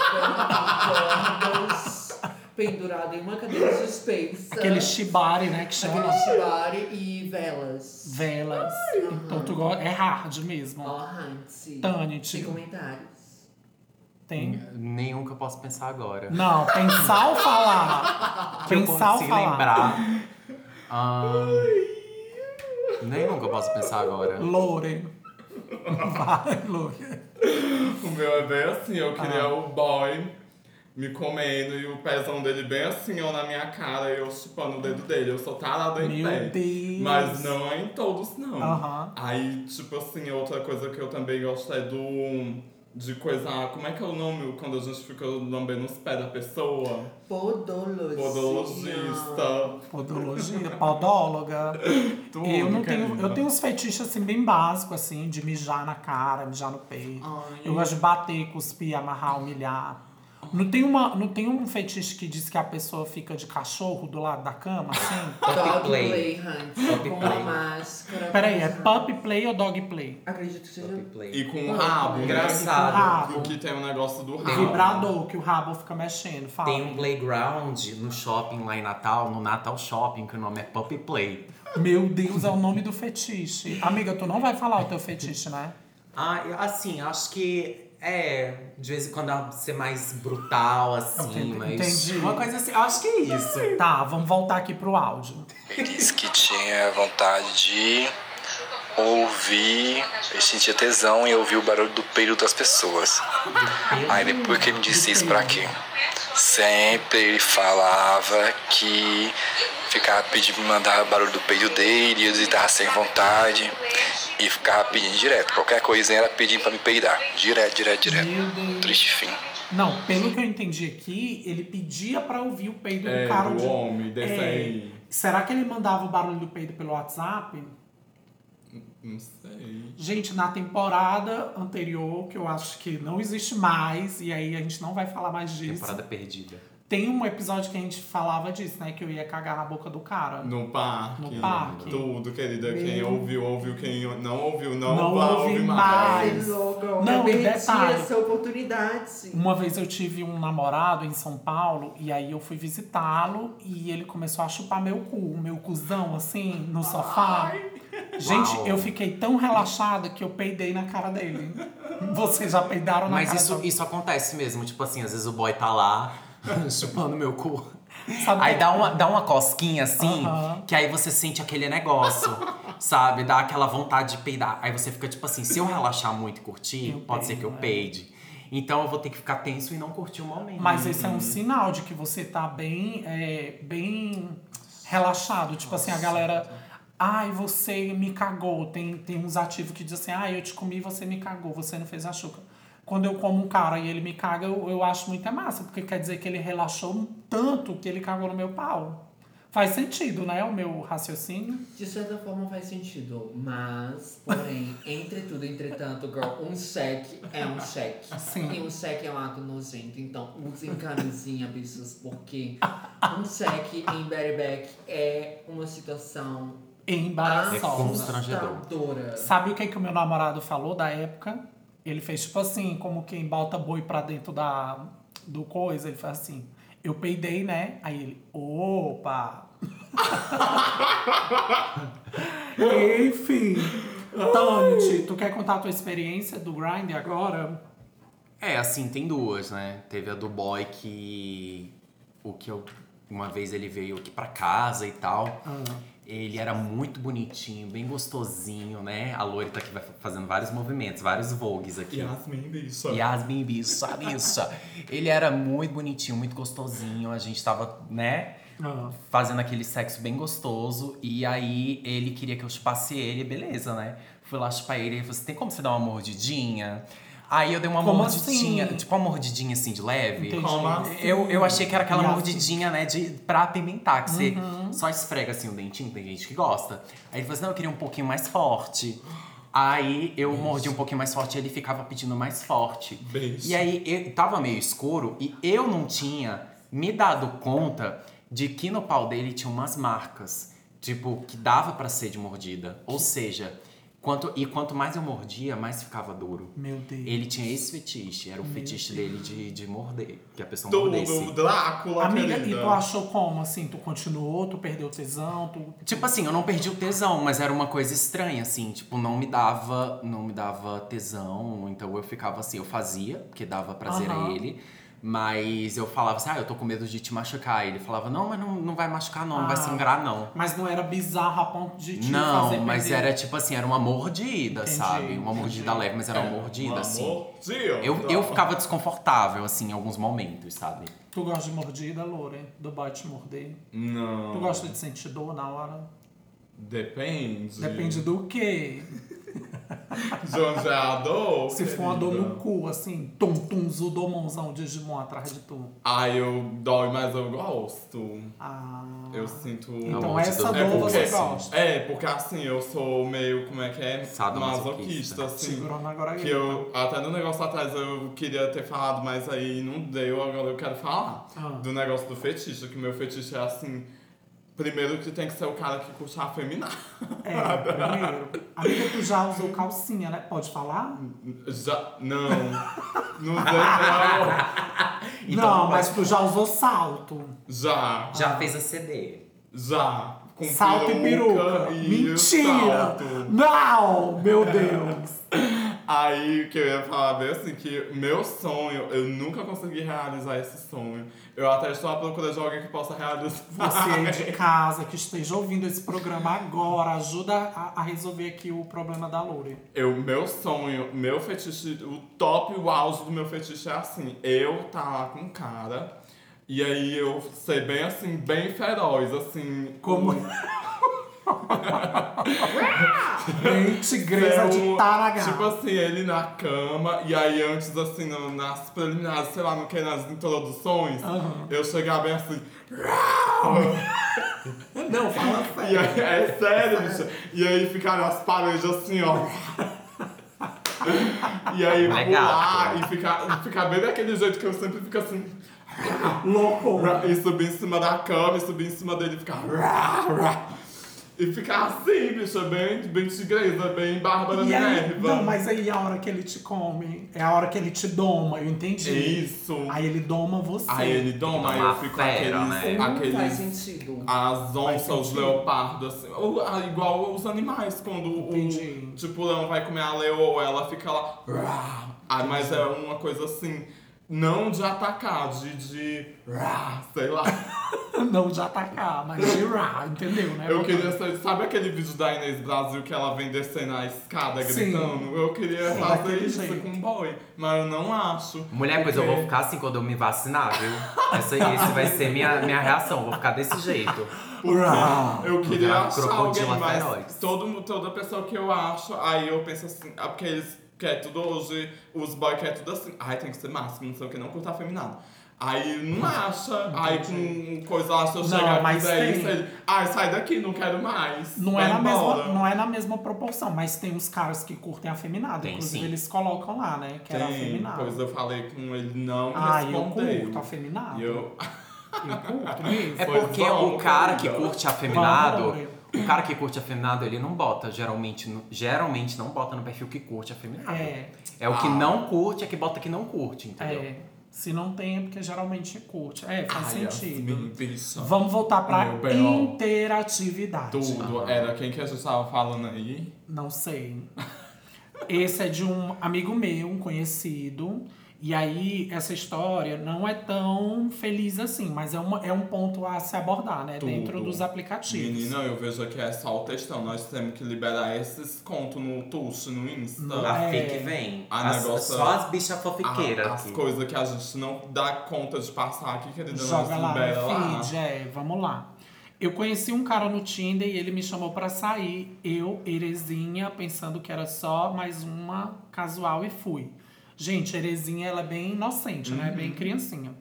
D: com cordas, pendurada em uma cadeira suspensa.
A: Aquele shibari, né, que
D: Aquele
A: chama
D: shibari e velas.
A: velas. Então tu go- é hard
C: Ah.
A: mesmo.
D: Alahante.
A: Tanit.
D: E comentários.
A: Tem?
C: Nenhum que eu posso pensar agora.
A: Não, pensar ou falar?
C: Que eu
A: Pensar ou
C: consigo
A: falar? (laughs)
C: lembrar. Ah, nenhum que eu posso pensar agora.
A: Lore. (laughs) Vai, Lore.
B: O meu é bem assim, eu queria
A: Ah.
B: o boy me comendo e o pezão dele bem assim, ou na minha cara, eu chupando o dedo dele. Eu sou tarada em
A: Meu
B: pé.
A: Deus.
B: Mas não é em todos, não.
A: Aham.
B: Aí, tipo assim, outra coisa que eu também gosto é do. De coisa. Como é que é o nome quando a gente fica lambendo os pés da pessoa?
D: Podologista.
B: Podologista.
A: Podologia, podóloga.
B: Tudo,
A: eu não tenho.
B: querida.
A: Eu tenho uns fetiches assim bem básicos, assim, de mijar na cara, mijar no peito.
D: Ai.
A: Eu gosto de bater, cuspir, amarrar, humilhar. Não tem, uma, não tem um fetiche que diz que a pessoa fica de cachorro do lado da cama, assim?
D: Dog
C: play.
D: play, Hunt.
C: Dog
D: Com
C: play.
D: a máscara.
A: Peraí, é
D: com-
A: pup play ou dog play?
D: Acredito que seja.
B: E com o
D: Ah,
B: rabo,
C: engraçado.
B: né?
A: Rabo.
B: Que tem um negócio do rabo.
A: Vibrador, que o rabo fica mexendo, fala.
C: Tem um playground no shopping lá em Natal, no Natal Shopping, que o nome é Puppy Play.
B: um-
A: Meu Deus, é o nome do fetiche. Amiga, tu não vai falar o teu fetiche, né?
C: Ah, eu- assim, acho que é. De vez em quando dá pra ser mais brutal, assim,
A: Entendi,
C: mas.
A: entendi.
C: Uma coisa assim, acho que é isso.
A: Tá, vamos voltar aqui pro áudio.
F: Ele disse que tinha vontade de ouvir, ele sentia tesão em ouvir o barulho do peido das pessoas. Aí depois que ele me disse isso pra quê? Sempre ele falava que ficava pedindo, mandava barulho do peido dele, e ele tava sem vontade. E ficava pedindo direto. Qualquer coisinha era pedindo pra me peidar. Direto, direto,
B: É.
F: direto.
A: Meu Deus.
F: Triste fim.
A: Não, pelo que eu entendi aqui, ele pedia pra ouvir o peido
B: É,
A: do cara.
B: do
A: de-
B: homem, desse
A: É.
B: aí.
A: Será que ele mandava o barulho do peido pelo WhatsApp?
B: Não sei.
A: Gente, na temporada anterior, que eu acho que não existe mais, e aí a gente não vai falar mais disso.
C: Temporada perdida.
A: Tem um episódio que a gente falava disso, né? Que eu ia cagar na boca do cara.
B: No parque.
A: No parque.
B: Tudo, querida. Quem ouviu, ouviu. Quem não ouviu, não,
A: Não
B: vai
A: ouve
B: ouvir
A: mais.
B: mais.
D: Vocês logam.
A: Não,
D: Perdi
A: e detalhe.
D: essa oportunidade.
A: Uma vez eu tive um namorado em São Paulo e aí eu fui visitá-lo e ele começou a chupar meu cu, meu cuzão assim, no sofá. Gente,
C: Uau.
A: eu fiquei tão relaxada que eu peidei na cara dele. Vocês já peidaram Tá na
C: Mas
A: cara
C: isso,
A: do-
C: isso acontece mesmo, tipo assim, às vezes o boy tá lá (laughs) chupando meu cu.
A: Sabe-
C: Aí dá uma, dá uma cosquinha assim,
A: Tá Aham.
C: que aí você sente aquele negócio, sabe? Dá aquela vontade de peidar. Aí você fica tipo assim, se eu relaxar muito e curtir,
A: Eu
C: pode ser que eu
A: peido, é.
C: peide. Então eu vou ter que ficar tenso e não curtir o momento.
A: Mas esse é um sinal de que você tá bem, é, bem relaxado. Tipo assim, a galera. Ai, você me cagou. Tem, tem uns ativos que dizem assim: ai, eu te comi, você me cagou, você não fez a chuca. Quando eu como um cara e ele me caga, eu, eu acho muita massa, porque quer dizer que ele relaxou tanto que ele cagou no meu pau. Faz sentido, né? O meu raciocínio.
D: De certa forma faz sentido, mas, porém, entre tudo, entretanto, girl, um cheque é um cheque.
A: Sim.
D: E um cheque é um ato nojento, então usem camisinha, bichos, porque um cheque em bareback é uma situação
C: É
A: Embaraçosa.
C: constrangedor.
D: assustadora.
A: Sabe o que, que o meu namorado falou da época? Ele fez tipo assim, como quem bota boi pra dentro da, do coisa. Ele faz assim, eu peidei, né? Aí ele, opa! (laughs) Enfim. Tony, Então, tu quer contar a tua experiência do grind agora?
C: É, assim, tem duas, né? Teve a do boy que. o- tipo, que eu. Uma vez ele veio aqui pra casa e tal.
A: Ah,
C: Ele era muito bonitinho, bem gostosinho, né? A Lori tá aqui vai fazendo vários movimentos, vários vogues aqui.
B: Yasmin, bicha.
C: Yasmin Bissa, Bissa. Ele era muito bonitinho, muito gostosinho. A gente tava, né,
A: Ah.
C: fazendo aquele sexo bem gostoso. E aí ele queria que eu chupasse ele, beleza, né? Fui lá chupar ele, ele falou assim: tem como você dar uma mordidinha? Aí eu dei uma
A: Como
C: mordidinha,
A: assim?
C: tipo uma mordidinha assim de leve.
A: Entendi.
B: Como assim?
C: Eu, eu achei que era aquela
A: Yasmin.
C: mordidinha, né, de, pra apimentar, que você
A: Uhum.
C: só esfrega assim o dentinho, tem gente que gosta. Aí ele falou assim: não, eu queria um pouquinho mais forte. Aí eu mordi um pouquinho mais forte e ele ficava pedindo mais forte.
B: Beijo.
C: E aí eu, tava meio escuro e eu não tinha me dado conta de que no pau dele tinha umas marcas, tipo, que dava pra ser de mordida. Ou seja, quanto, e quanto mais eu mordia, mais ficava duro.
A: Meu Deus.
C: Ele tinha esse fetiche, era o fetiche dele de, de morder, que a pessoa
B: Tudo,
C: mordesse.
B: Drácula,
A: Amiga, e
B: querida.
A: tu achou como, assim? Tu continuou, tu perdeu o tesão, tu...
C: Tipo assim, eu não perdi o tesão, mas era uma coisa estranha, assim, tipo, não me dava, não me dava tesão, então eu ficava assim, eu fazia, porque dava prazer
A: Aham.
C: a ele. Mas eu falava assim, ah, eu tô com medo de te machucar. Ele falava, não, mas não, não vai machucar, não, não vai
A: Ah.
C: sangrar, não.
A: Mas não era bizarro a ponto de te fazer
C: Não,
A: perder.
C: mas era tipo assim, era uma mordida,
A: Entendi,
C: sabe? Uma mordida
A: entendi.
C: leve, mas era uma
A: um
C: mordida,
B: Uma
C: assim.
B: mordida.
C: Eu, eu ficava desconfortável, assim, em alguns momentos, sabe?
A: Tu gosta de mordida, Lore? Do boy te morder?
B: Não.
A: Tu gosta de sentir dor na hora?
B: Depende.
A: Depende do quê?
B: De onde é a dor.
A: Se for uma dor
B: querida.
A: no cu, assim, tum tum zudomonzão, Digimon atrás de tu.
B: Ai, eu dói, mas eu gosto.
A: Ah.
B: Eu sinto.
A: Então
C: Não,
A: essa
C: antidoto
A: dor
B: é porque,
A: você
C: assim,
A: gosta.
B: É, porque assim, eu sou meio, como é que é?
C: Sadomasoquista.
B: Masoquista, assim.
A: Segurando agora tá? aí.
B: Que eu, até no negócio atrás eu queria ter falado, mas aí não deu, agora eu quero falar.
A: Ah.
B: Do negócio do fetiche, que meu fetiche é assim. Primeiro que tem que ser o cara que curte a feminina.
A: É, primeiro. Amiga, tu já usou calcinha, né? Pode falar?
B: (laughs) Já. Não. não sei, Então,
A: não, Então, mas tu já usou salto.
B: não. Já.
C: Já fez a CD.
B: Já. Com
A: Salto e peruca.
B: e
A: Mentira!
B: salto.
A: Não! Meu Deus!
B: Aí que eu ia falar bem assim, que meu sonho, eu nunca consegui realizar esse sonho. Eu até estou à procura de alguém que possa realizar.
A: Você aí de casa que esteja ouvindo esse programa agora, ajuda a, a resolver aqui o problema da Lore.
B: (laughs) Eu, meu sonho, meu fetiche, o top, o auge do meu fetiche é assim, eu tá lá com um cara, e aí eu ser bem assim, bem feroz, assim.
A: (laughs) Como-
B: um-
A: Bem tigresa
B: um-
A: de Taragá.
B: Tipo assim, ele na cama, e aí antes, assim, no- nas preliminares, sei lá, no que, nas introduções, eu chegar bem assim.
A: Não, fala
B: E
A: sério.
B: aí, é sério, bicho. E aí ficaram as paredes assim, ó. E aí
C: Legal.
B: pular e ficar, ficar bem daquele jeito que eu sempre fico assim.
A: Loucura.
B: E subir em cima da cama, e subir em cima dele e ficar. E ficar assim, bicho, bem, bem tigresa, bem Bárbara
A: E aí,
B: Minerva.
A: não, mas aí é a hora que ele te come, é a hora que ele te doma, eu entendi.
B: Isso.
A: Aí ele doma você.
B: Aí ele doma, aí eu
C: Uma
B: fico
C: fera,
B: aqueles.
C: né?
D: Não
A: tá,
D: faz
B: aqueles
D: sentido.
B: As onças, os
A: sentido.
B: leopardos, assim. Ou, ah, igual os animais, quando
A: Entendi.
B: o tipo o leão vai comer a leoa, ela fica lá. "Rá". Ah, mas é uma coisa assim, não de atacar, de. de "Rá", sei lá.
A: (laughs) Não de atacar, mas de ra, entendeu, né?
B: Eu queria ser. Sabe aquele vídeo da Inês Brasil que ela vem descendo a escada
A: Sim.
B: gritando? Eu queria
A: Sim,
B: fazer
A: daquele
B: isso
A: jeito.
B: com um boy, mas eu não acho.
C: Mulher, pois eu vou ficar assim quando eu me vacinar, viu? Essa, esse vai ser minha, minha reação, vou ficar desse jeito.
A: Ra.
B: Eu queria
C: Virar
B: achar alguém,
C: crocodilo
B: mas
C: feroz.
B: todo, mu- toda pessoa que eu acho, aí eu penso assim, ah, porque eles querem tudo hoje, os boys querem tudo assim, ai tem que ser máximo, não sei o que, não curta feminado. Aí não acha, aí com coisa lá, se eu
A: Não,
B: chegar
A: mas
B: com 10,
A: tem.
B: ele, ai sai daqui, não quero mais.
A: Não
B: vai
A: é, na
B: embora."
A: mesma, não é na mesma proporção, mas tem uns caras que curtem afeminado.
C: Tem,
A: inclusive,
C: sim.
A: eles colocam lá, né? Que era
B: Tem,
A: afeminado.
B: pois é. eu falei com ele, não me
A: Ah, eu
B: respondeu.
A: curto afeminado.
B: E eu,
A: Eu curto
B: (laughs)
A: mesmo.
C: É
B: Pois
C: porque
B: vamos,
C: o cara que
B: querida.
C: curte afeminado,
A: Vamos,
C: o cara que curte afeminado, ele não bota, geralmente, no- geralmente não bota no perfil que curte afeminado.
A: É,
C: É o que
B: Ah.
C: não curte, é que bota que não curte, entendeu?
A: é. Se não tem, é porque geralmente curte. É, faz
B: ai,
A: sentido.
B: Yasmin, bicha,
A: Vamos voltar pra
B: Meu belo.
A: interatividade.
B: Tudo, era quem que a gente tava falando aí?
A: Não sei. Esse é de um amigo meu, um conhecido. E aí, essa história não é tão feliz assim, mas é, uma, é um ponto a se abordar, né?
B: Tudo.
A: Dentro dos aplicativos.
B: Menina, eu vejo aqui é só o textão. Nós temos que liberar esses contos no Tush, no Insta.
A: Não.
C: A
A: É.
C: fic vem.
B: Ah, A
C: As-
B: negócio-
C: Só as bichas
B: A-
C: fofiqueiras.
B: as
C: aqui.
B: coisas que a gente não dá conta de passar aqui, querida,
A: Joga
B: nós
A: lá
B: libera
A: no
B: um lá.
A: feed, é, vamos lá. Eu conheci um cara no Tinder e ele me chamou pra sair. Eu, Erezinha, pensando que era só mais uma casual e fui. Gente, Erezinha, ela é bem inocente, né? Bem criancinha.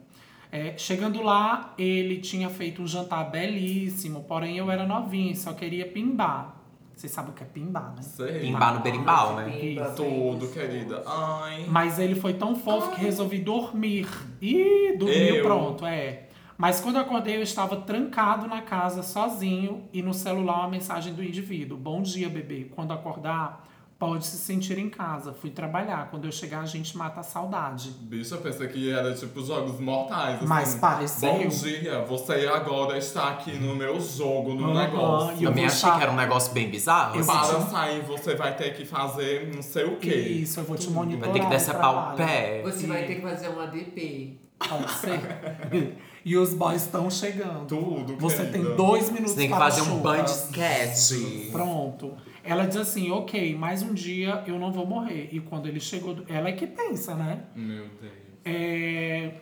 A: É, chegando lá, ele tinha feito um jantar belíssimo, porém eu era novinha e só queria pimbar. Vocês sabem o que é pimbar, né?
B: Sei.
C: Pimbar no berimbau, né?
D: Pimba,
B: Tudo,
D: bem
B: querida. Ai.
A: Mas ele foi tão fofo que resolvi dormir. Ih, dormiu
B: Eu.
A: pronto, é. Mas quando eu acordei, eu estava trancado na casa, sozinho, e no celular uma mensagem do indivíduo. Bom dia, bebê. Quando acordar, pode se sentir em casa. Fui trabalhar. Quando eu chegar, a gente mata a saudade.
B: Bicha, eu pensei que era tipo jogos mortais. Assim.
A: Mas pareceu.
B: Bom dia, você agora está aqui no meu jogo, no
A: Aham,
B: negócio.
A: e eu
C: Eu me
A: vou
C: achei
A: sa-
C: que era um negócio bem bizarro.
A: Eu
C: assim,
B: Para
C: tipo,
B: sair, você vai ter que fazer não sei o quê.
A: Isso, eu vou te monitorar.
C: vai ter que
A: no
C: decepar o
A: um trabalho.
C: pé.
D: Você vai ter que fazer um ADP.
A: Pode ser. (laughs) e os boys estão chegando.
B: Tudo,
A: Você
B: querida.
A: tem dois minutos
C: Você tem que
A: para
C: fazer um
A: chuva.
C: banho de sketch.
A: Pronto. Ela diz assim, ok, mais um dia eu não vou morrer. E quando ele chegou... do- Ela é que pensa, né?
B: Meu Deus.
A: É,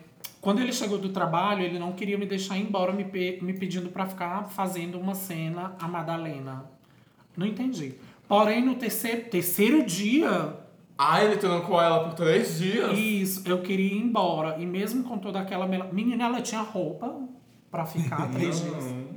A: Quando ele chegou do trabalho, ele não queria me deixar ir embora, me, pe- me pedindo pra ficar fazendo uma cena a Madalena. Não entendi. Porém, no terceiro, terceiro dia,
B: Ah, ele trancou ela por três dias?
A: isso, eu queria ir embora. E mesmo com toda aquela... mela- Menina, ela tinha roupa pra
B: (laughs)
A: ficar três dias.
B: Não.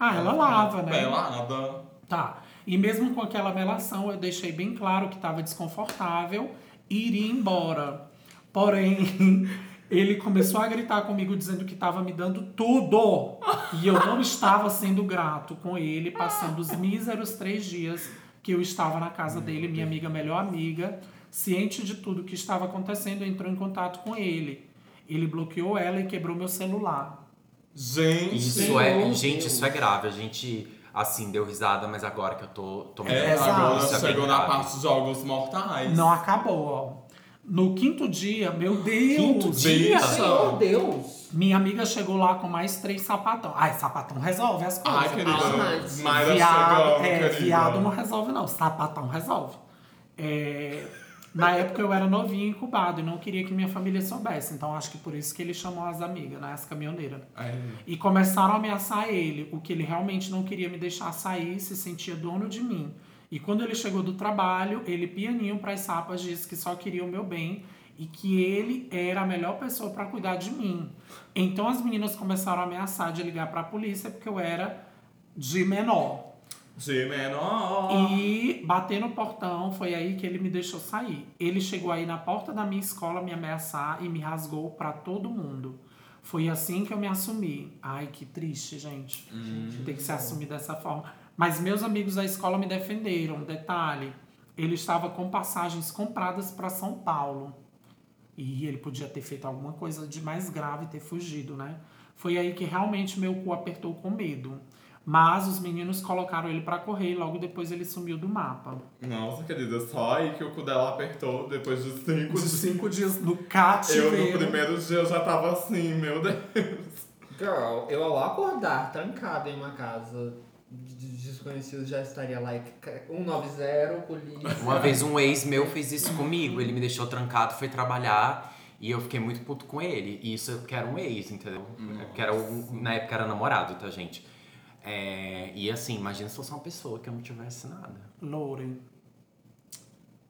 A: Ah, ela lava, né?
B: Pelada.
A: Tá. E mesmo com aquela melação, eu deixei bem claro que estava desconfortável e iria embora. Porém, (laughs) ele começou a gritar comigo dizendo que estava me dando tudo. E eu não estava sendo grato com ele, passando os míseros três dias que eu estava na casa dele, minha amiga, melhor amiga, ciente de tudo que estava acontecendo, entrou em contato com ele. Ele bloqueou ela e quebrou meu celular.
B: Gente.
C: Isso é,
D: Meu
C: gente,
D: Deus.
C: isso é grave. A gente, assim, deu risada, mas agora que eu tô, tô me
B: É,
A: Exato.
B: agora
C: Isso é bem
B: chegou na
C: grave.
B: parte de jogos mortais.
A: Não acabou, ó. No quinto dia, meu Deus!
B: Quinto dia?
D: Meu Oh, Deus!
A: Minha amiga chegou lá com mais três sapatão. Ai, sapatão resolve as coisas.
B: Ai, querida.
D: Arrasante.
B: Mayra
A: viado,
B: chegando,
A: é,
B: querida.
A: viado não resolve, não. Sapatão resolve. É, na época eu era novinha e incubado e não queria que minha família soubesse. Então acho que por isso que ele chamou as amigas, né? As caminhoneiras.
B: Ai.
A: E começaram a ameaçar ele, o que ele realmente não queria me deixar sair, se sentia dono de mim. E quando ele chegou do trabalho, ele pianinho para as sapas disse que só queria o meu bem e que ele era a melhor pessoa para cuidar de mim. Então as meninas começaram a ameaçar de ligar para a polícia porque eu era de menor.
B: De menor.
A: E bater no portão, foi aí que ele me deixou sair. Ele chegou aí na porta da minha escola me ameaçar e me rasgou pra todo mundo. Foi assim que eu me assumi. Ai, que triste, gente. Tem que se assumir dessa forma. Mas meus amigos da escola me defenderam. Detalhe, ele estava com passagens compradas pra São Paulo. E ele podia ter feito alguma coisa de mais grave e ter fugido, né? Foi aí que realmente meu cu apertou com medo. Mas os meninos colocaram ele pra correr e logo depois ele sumiu do mapa.
B: Nossa, querida, só aí que o cu dela apertou depois de cinco
A: De
B: dias.
A: cinco dias né? no
B: Eu no
A: cativeiro.
B: primeiro dia eu já tava assim, meu Deus.
D: Girl, eu ao acordar trancada em uma casa de de desconhecidos já estaria like ca-
A: (laughs)
D: 190, polícia.
C: Uma vez um ex meu fez isso comigo. Ele me deixou trancado, foi trabalhar. E eu fiquei muito puto com ele. E isso eu era um ex, entendeu? É Porque era um, na época era namorado, tá, gente? É, e assim, imagina se fosse uma pessoa que eu não tivesse nada.
A: Lauren.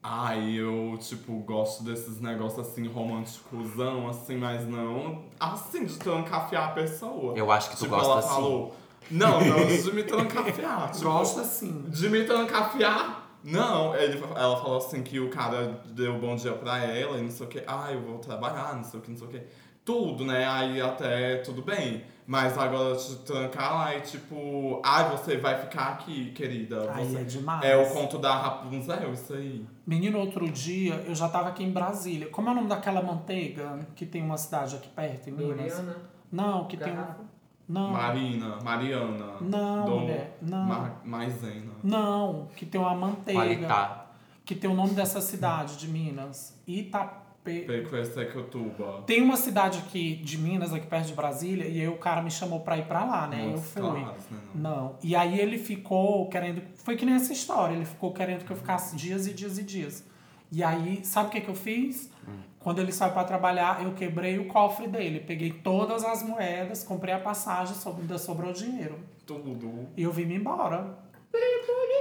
B: Ai, eu, tipo, gosto desses negócios assim, românticosão, assim, mas não assim, de trancafiar a pessoa.
C: Eu acho que tu
B: tipo,
C: gosta
B: ela
C: assim.
B: falou. Não, não de me
C: (laughs)
B: trancafiar. tipo,
A: Gosta sim.
B: De me trancafiar? Não, ele, ela falou assim que o cara deu bom dia pra ela e não sei o que. Ah, eu vou trabalhar, não sei o que, não sei o que. Tudo, né? Aí até tudo bem. Mas agora te trancar lá e tipo, ai, você vai ficar aqui, querida.
A: Ai,
B: Você-
A: é demais.
B: É o conto da Rapunzel, isso aí.
A: Menino, outro dia eu já tava aqui em Brasília. Como é o nome daquela manteiga que tem uma cidade aqui perto, em Minas?
D: Mariana,
A: Não, que tem
D: né? Garrafa?
A: um. Não.
B: Marina, Mariana.
A: Não,
B: do
A: mulher, não.
B: Ma Maisena.
A: Não, que tem uma manteiga.
C: Qualitá.
A: Que tem o nome dessa cidade de Minas. Ita... Pe-
B: Pequestecotuba.
A: Tem uma cidade aqui de Minas, aqui perto de Brasília, e aí o cara me chamou pra ir pra lá, né? eu
B: Montes
A: fui.
B: Claros, né, não?
A: Não. E aí ele ficou querendo. Foi que nem essa história. Ele ficou querendo que eu ficasse dias e dias e dias. E aí, sabe o que, que eu fiz? Quando ele saiu pra trabalhar, eu quebrei o cofre dele. Peguei todas as moedas, comprei a passagem, só- ainda sobrou dinheiro.
B: Tudo.
A: E eu vim-me embora.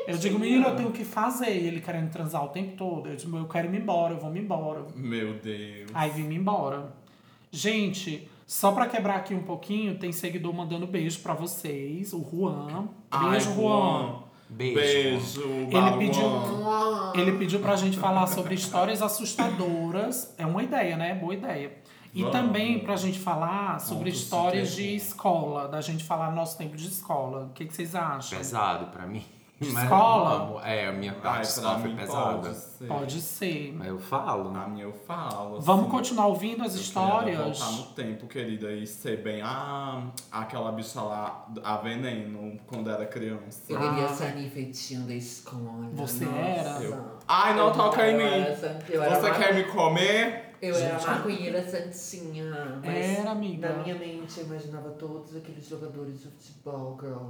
A: Eu digo, menino, eu tenho o que fazer. E ele querendo transar o tempo todo. Eu digo, eu quero ir embora, eu vou me embora.
B: Meu Deus.
A: Aí vim-me embora. Gente, só pra quebrar aqui um pouquinho, tem seguidor mandando beijo pra vocês. O Juan. Beijo,
B: Ai,
A: Juan.
C: Beijo.
B: Beijo,
A: Ele pediu- um-
B: Baruan.
A: Ele pediu pra gente falar sobre histórias assustadoras. É uma ideia, né? Boa ideia. E
B: Vamos.
A: também pra gente falar sobre
B: Conta-se
A: histórias
B: tempo.
A: de escola, da gente falar nosso tempo de escola. O que, que vocês acham?
C: Pesado pra mim.
A: De
C: Mas
A: escola?
C: eu amo. É, a minha
B: Ai,
C: parte de
B: pra
C: escola foi
B: mim
C: pesada.
B: pode ser.
A: Pode ser.
C: Mas eu falo,
B: Pra
C: né?
B: mim eu falo.
A: Vamos
B: assim.
A: continuar ouvindo as
B: Eu queria
A: histórias.
B: voltar no tempo, querida, e ser bem a, aquela bicha lá, a Veneno, quando era criança.
D: Eu queria
A: Ah.
D: ser a nifetinha da escola.
A: Você
D: nossa.
A: era? tá
B: Eu- Ai, não toca em
D: Eu
B: mim.
D: era san- Eu era,
B: Você
D: macu-
B: quer me comer?
D: eu era maconheira santinha. Mas
A: Era, amiga.
D: Na minha mente, eu imaginava todos aqueles jogadores de futebol, girl.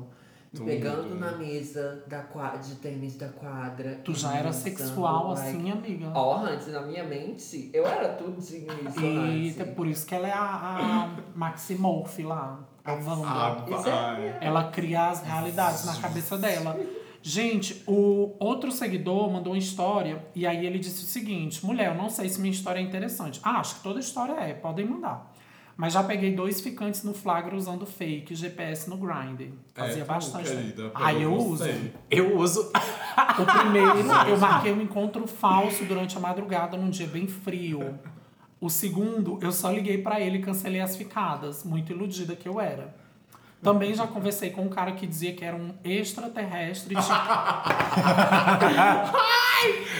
D: me
B: Tudo.
D: Pegando na mesa da quadra, de tênis da quadra.
A: Tu
D: e
A: já era
D: dançando,
A: sexual
D: like,
A: assim, amiga?
D: Ó, antes, na minha mente, eu era tudinho isso,
A: Eita,
D: antes.
A: por isso que ela é a, a Maximolf lá, a Wanda.
B: Ah,
D: Isso é-
B: vai.
A: Ela cria as realidades na cabeça dela. Gente, o outro seguidor mandou uma história e aí ele disse o seguinte: mulher, eu não sei se minha história é interessante. Ah, acho que toda história é, podem mandar. Mas já peguei dois ficantes no flagra usando fake GPS no Grindr. Fazia
B: É, tu,
A: bastante.
B: Querida,
A: aí eu
B: pelo
A: uso.
B: você. (laughs)
C: Eu uso.
A: O primeiro, eu marquei um encontro falso durante a madrugada, num dia bem frio. O segundo, eu só liguei pra ele e cancelei as ficadas, muito iludida que eu era. Também já conversei com um cara que dizia que era um extraterrestre.
B: (laughs)
A: Tipo,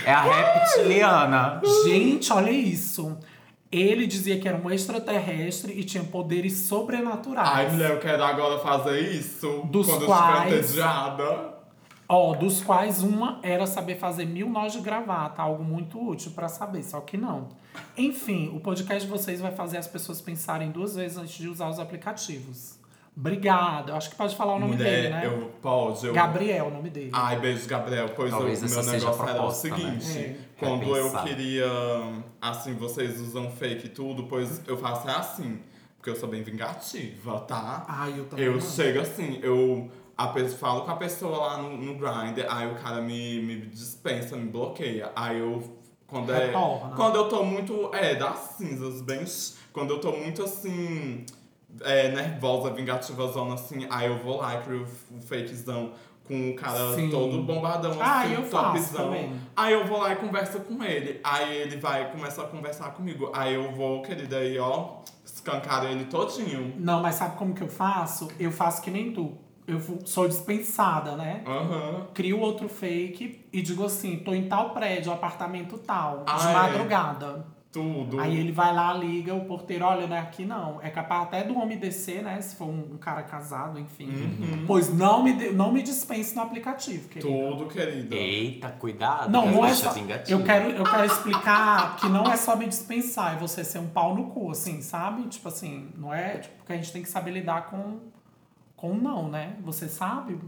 C: É a reptiliana.
A: gente, olha isso. Ele dizia que era um extraterrestre e tinha poderes sobrenaturais.
B: Ai, mulher, eu quero agora fazer isso.
A: Dos
B: quando
A: quais- É
B: eu estiver entediada.
A: Ó, dos quais uma era saber fazer mil nós de gravata, algo muito útil pra saber, só que não. Enfim, o podcast de vocês vai fazer as pessoas pensarem duas vezes antes de usar os aplicativos. Obrigada. Eu acho que pode falar o nome
B: mulher,
A: dele, né?
B: eu pode. Eu...
A: Gabriel, o nome dele.
B: Ai, beijo, Gabriel. Pois eu, meu
C: Talvez essa
B: negócio
C: seja a
B: era o
C: proposta, né?
B: seguinte.
C: É.
B: Quando eu
C: Repensar.
B: queria... Assim, vocês usam fake e tudo, pois eu faço é assim. Porque eu sou bem vingativa, tá?
A: Ai, eu também.
B: Eu
A: não.
B: chego assim, eu a pe- falo com a pessoa lá no, no grinder, aí o cara me, me dispensa, me bloqueia. Aí eu. Quando, é,
A: Retorna.
B: quando eu tô muito. É, das cinzas, bem. ch- Quando eu tô muito assim. É, nervosa, vingativa zona, assim, aí eu vou lá e crio o fakezão com o cara
A: Sim.
B: é todo bombadão, assim,
A: Ah, eu faço
B: topzão.
A: também.
B: Aí eu vou lá e converso com ele. Aí ele vai começar a conversar comigo. Aí eu vou, querida, aí ó, escancara ele todinho.
A: Não, mas sabe como que eu faço? Eu faço que nem tu. Eu fu- sou dispensada, né?
B: Aham.
A: Crio outro fake e digo assim: tô em tal prédio, apartamento tal, de
B: Ai.
A: madrugada.
B: Tudo.
A: Aí ele vai lá, liga, o porteiro, olha, não é aqui não. É capaz até do homem descer, né? Se for um, um cara casado, enfim.
C: Uhum.
A: Pois não me, de- não me dispense no aplicativo, querido.
B: Tudo, querida.
C: Eita, cuidado.
A: Não,
C: que
A: não é
C: as
A: só.
C: bichas engatinham.
A: Eu quero, eu quero explicar que não é só me dispensar, é você ser um pau no cu, assim, sabe? Tipo assim, não é. Tipo, porque a gente tem que saber lidar com. Com não, né? Você sabe?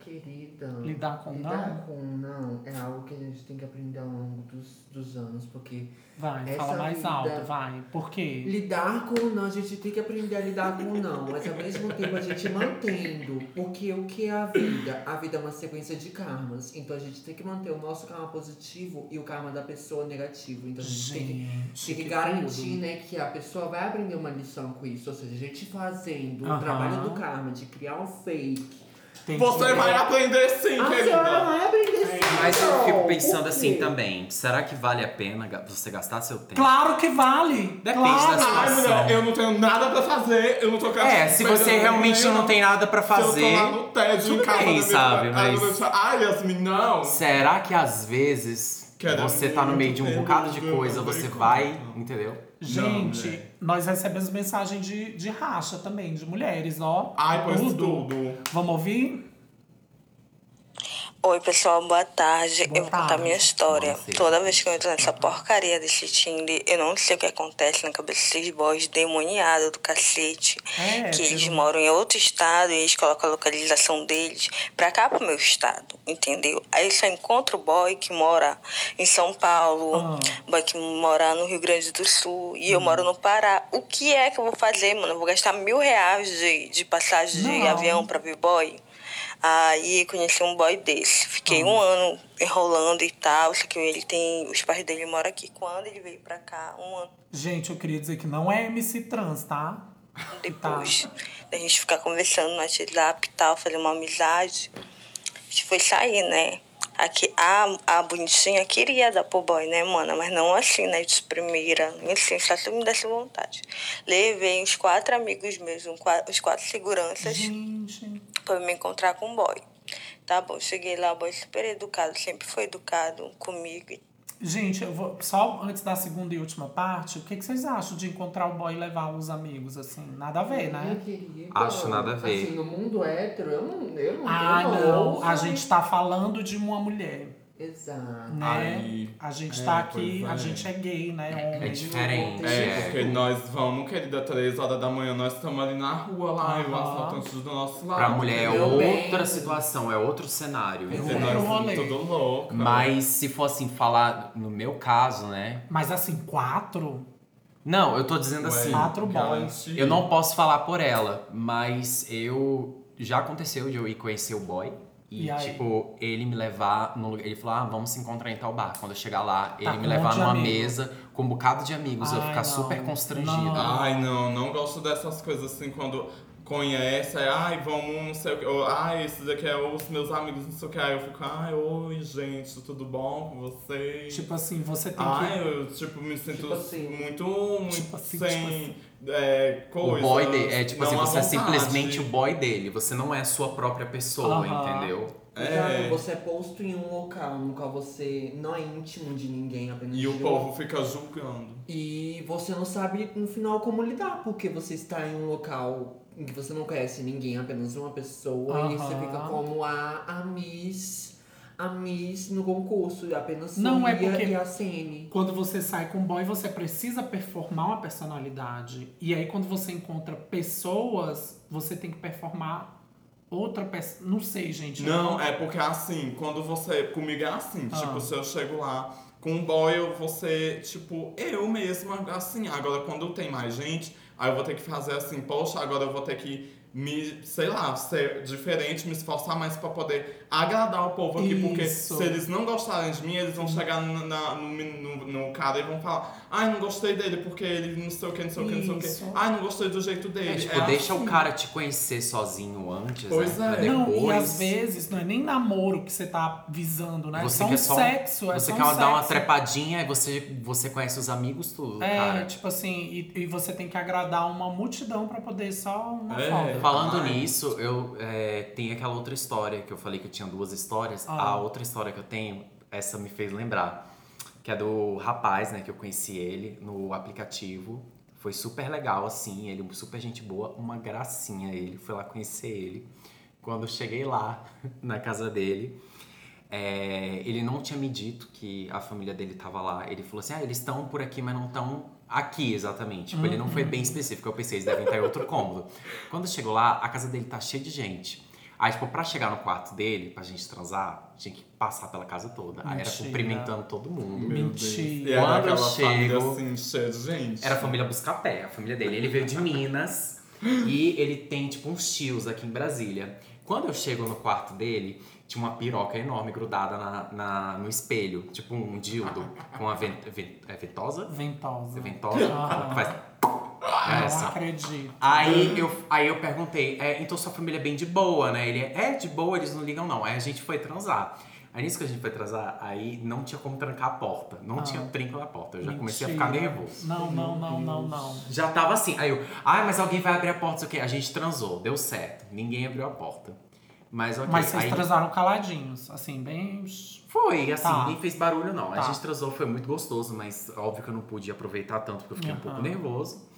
D: Querida,
A: Lidar com
D: lidar
A: não?
D: com não é algo que a gente tem que aprender ao longo dos, dos anos, porque
A: Vai,
D: Essa
A: fala mais
D: vida-
A: alto, vai. Por quê?
D: lidar com o não, a gente tem que aprender a lidar com o não, mas ao mesmo tempo a gente mantendo, porque o que é a vida? A vida é uma sequência de karmas, então a gente tem que manter o nosso karma positivo e o karma da pessoa negativo, então a gente tem que
A: Gente,
D: tem que
A: que
D: garantir,
A: tudo.
D: né, que a pessoa vai aprender uma lição com isso. Ou seja, a gente fazendo
A: Aham.
D: o trabalho do karma, de criar um fake.
A: Tem
B: Você
A: que-
B: vai aprender sim,
A: Ah,
D: A senhora
B: querida.
D: vai aprender sim,
B: É.
C: Mas eu
D: então.
C: fico pensando
D: Por
C: assim
D: quê?
C: também. Será que vale a pena ga- você gastar seu tempo?
A: Claro que vale!
C: Depende
A: claro.
C: da sua-
B: Ai, mulher, eu não tenho nada pra fazer, eu não tô gastando
C: É, se você
B: dinheiro,
C: realmente não tem nada pra
B: Se eu
C: fazer.
B: tô lá no tédio,
C: tudo
B: em casa
C: bem,
B: da minha-
C: sabe,
B: Ai,
C: mas-
B: meu Deus, Ai, Yasmin, não.
C: Será que às vezes
B: Quero
C: você tá no
B: muito
C: meio de um
B: tempo,
C: bocado de
B: eu
C: coisa,
B: não dei
C: você
B: conta.
C: vai, entendeu?
A: Gente,
B: Não, né?
A: nós recebemos mensagem de, de racha também, de mulheres, ó.
B: Ai, pois tudo.
A: Vamos ouvir?
G: Oi, pessoal, boa tarde.
A: Boa
G: eu vou contar
A: tarde.
G: minha história.
C: Nossa.
G: Toda vez que eu entro nessa porcaria desse Tinder, eu não sei o que acontece na cabeça desses boys demoniados do cacete.
A: É,
G: que eles
A: pelo-
G: moram em outro estado e eles colocam a localização deles pra cá, pro meu estado, entendeu? Aí eu só encontro o boy que mora em São Paulo,
A: Ah. Hum.
G: boy que mora no Rio Grande do Sul e eu moro no Pará. O que é que eu vou fazer, mano? Eu vou gastar mil reais de, de passagem de
A: Não.
G: avião pra ver boy? Aí conheci um boy desse. Fiquei
A: Ah.
G: um ano enrolando e tal. Só que ele tem. Os pais dele moram aqui. Quando ele veio pra cá, um ano
A: Gente, eu queria dizer que não é MC trans, tá?
G: depois da gente ficar conversando no WhatsApp e tal, fazer uma amizade. A gente foi sair, né? Aqui, a, a bonitinha queria dar pro boy, né, mana? Mas não assim, né? De primeira. Assim, só se me desse vontade. Levei uns quatro amigos meus, um qua- os quatro seguranças
A: Uhum. Gente.
G: pra me encontrar com o boy. Tá bom, cheguei lá, o boy super educado, sempre foi educado comigo e
A: Gente, eu vou, só antes da segunda e última parte, o que, que vocês acham de encontrar o boy e levar os amigos, assim? Nada a ver,
D: Minha
A: né?
D: querida,
C: Acho nada a ver.
D: Assim, no mundo hétero, eu não. Eu não
A: Ah,
D: eu
A: não. A
D: ouço.
A: gente tá falando de uma mulher,
D: Exato.
A: né?
B: Aí,
A: a gente
B: é,
A: tá aqui,
B: pois
A: a
B: é.
A: gente é gay, né? Homem.
C: É diferente.
B: É,
C: É.
B: porque nós vamos, querida, três horas da manhã, nós estamos ali na rua lá, e o
A: Aham.
B: assaltante do nosso lado.
C: Pra mulher é
B: entendeu?
D: Meu bem.
C: outra situação, é outro
A: Eu-
C: cenário.
B: E
C: entendeu?
A: Outro
B: Então, nós
A: rolê.
B: tudo louco.
C: Mas se for assim, falar no meu caso, né?
A: Mas assim, quatro?
C: Não, eu tô
B: né?
C: dizendo assim.
A: quatro
C: Eu
A: Uhum.
C: não posso falar por ela, mas eu. Já aconteceu de eu ir conhecer o boy. E,
A: E aí?
C: tipo, ele me levar num lugar. Ele falou, ah, vamos se encontrar em tal bar. Quando eu chegar lá, ele
A: com
C: me
A: um
C: levar
A: monte de
C: numa
A: amigo.
C: mesa com um bocado de amigos. eu
A: Ai,
C: ficar
A: não.
C: super constrangido.
A: Não.
B: Ai, não, não gosto dessas coisas assim quando conhece, aí, ai, vamos, não sei o que, ou, ai, esse daqui é os meus amigos, não sei o que, aí eu fico, ai, oi, gente, tudo bom com vocês?
A: Tipo assim, você tem
B: ai,
A: que.
B: eu, tipo, me sinto
D: Tipo assim.
B: muito, muito
A: Tipo assim,
B: sem
A: tipo assim.
B: é,
C: O
B: coisa.
C: boy dele. É tipo
B: não
C: assim,
B: à
C: você é
B: vontade.
C: simplesmente o boy dele. Você não é a sua própria pessoa,
A: Aham.
C: entendeu?
B: É.
D: Exato, Você é posto em um local no qual você não é íntimo de ninguém, apenas
B: E
D: de
B: o
D: um.
B: povo fica julgando.
D: E você não sabe no final como lidar, porque você está em um local em que você não conhece ninguém, apenas uma pessoa, e você
A: Aham.
D: fica como a, a Miss. A Miss no concurso, apenas
A: Não, é
D: sorria
A: porque-
D: e a CN.
A: Quando você sai com boy, você precisa performar uma personalidade. E aí, quando você encontra pessoas, você tem que performar outra pessoa. Não sei, gente. né?
B: Não, é porque assim, quando você. Comigo é assim,
A: Ah.
B: tipo, se eu chego lá com um boy, eu vou ser, tipo, eu mesma, assim. Agora, quando tem mais gente, aí eu vou ter que fazer assim, poxa, agora eu vou ter que me, sei lá, ser diferente, me esforçar mais pra poder agradar o povo aqui, porque
A: Isso.
B: se eles não gostarem de mim, eles vão chegar na- na- no, men- no- no cara e vão falar, ai, não gostei dele, porque ele não sei o que, não sei o que, não
A: Isso.
B: sei o que. Ai, não gostei do jeito dele.
C: É, tipo,
B: É
C: deixa
B: assim.
C: o cara te conhecer sozinho antes,
B: Pois
C: né?
B: é.
C: Pra depois.
A: Não, e às vezes não é nem namoro que você tá visando, né?
C: Você
A: é só um
C: quer só-
A: sexo, é
C: você
A: só
C: quer
A: um
C: dar uma
A: sexo.
C: trepadinha e você, você conhece os amigos tudo,
A: É,
C: cara.
A: tipo assim, e, e você tem que agradar uma multidão pra poder só uma
B: É.
A: foto.
C: Falando
B: Ai.
C: nisso, eu é, tem aquela outra história que eu falei que eu tinha duas histórias.
A: Ah.
C: A outra história que eu tenho, essa me fez lembrar. Que é do rapaz, né, que eu conheci ele no aplicativo. Foi super legal, assim, ele super gente boa, uma gracinha ele. Fui lá conhecer ele. Quando eu cheguei lá na casa dele, é, ele não tinha me dito que a família dele tava lá. Ele falou assim: ah, eles estão por aqui, mas não estão aqui exatamente. Tipo, ele não foi bem específico. Eu pensei, eles devem estar em outro cômodo. Quando chegou lá, a casa dele tá cheia de gente. Aí, tipo, pra chegar no quarto dele, pra gente transar, tinha que passar pela casa toda. Aí era
A: Mentira.
C: cumprimentando todo mundo.
A: Meu
B: E
A: Mentira.
B: era
C: Quando
B: aquela
C: eu chego-
B: família assim, cheia de gente.
C: Era a família Buscapé, a família dele. Ele veio de Minas e ele tem, tipo, uns tios aqui em Brasília. Quando eu chego no quarto dele, tinha uma piroca enorme grudada na, na- no espelho, tipo um dildo com a ven, ven- é ventosa?
A: Ventosa.
C: É ventosa?
A: Ah.
C: Faz. É
A: Não
C: essa.
A: acredito.
C: Aí eu, aí eu perguntei, é, então sua família é bem de boa, né? Ele é, "É, de boa, eles não ligam não. Aí a gente foi transar. Aí nisso que a gente foi transar, aí não tinha como trancar a porta. Não
A: Ah.
C: tinha trinco na porta. Eu já comecei a
A: Mentira.
C: ficar nervoso.
A: Não, não, não, não, não.
C: Já tava assim. Aí eu, ai, mas alguém vai abrir a porta, não sei o quê. A gente transou, deu certo. Ninguém abriu a porta. Mas ok.
A: Mas vocês
C: aí
A: transaram caladinhos, assim, bem.
C: foi, assim,
A: Tá.
C: nem fez barulho, não.
A: Tá.
C: A gente transou, foi muito gostoso, mas óbvio que eu não pude aproveitar tanto, porque eu fiquei um pouco
A: Aham.
C: nervoso.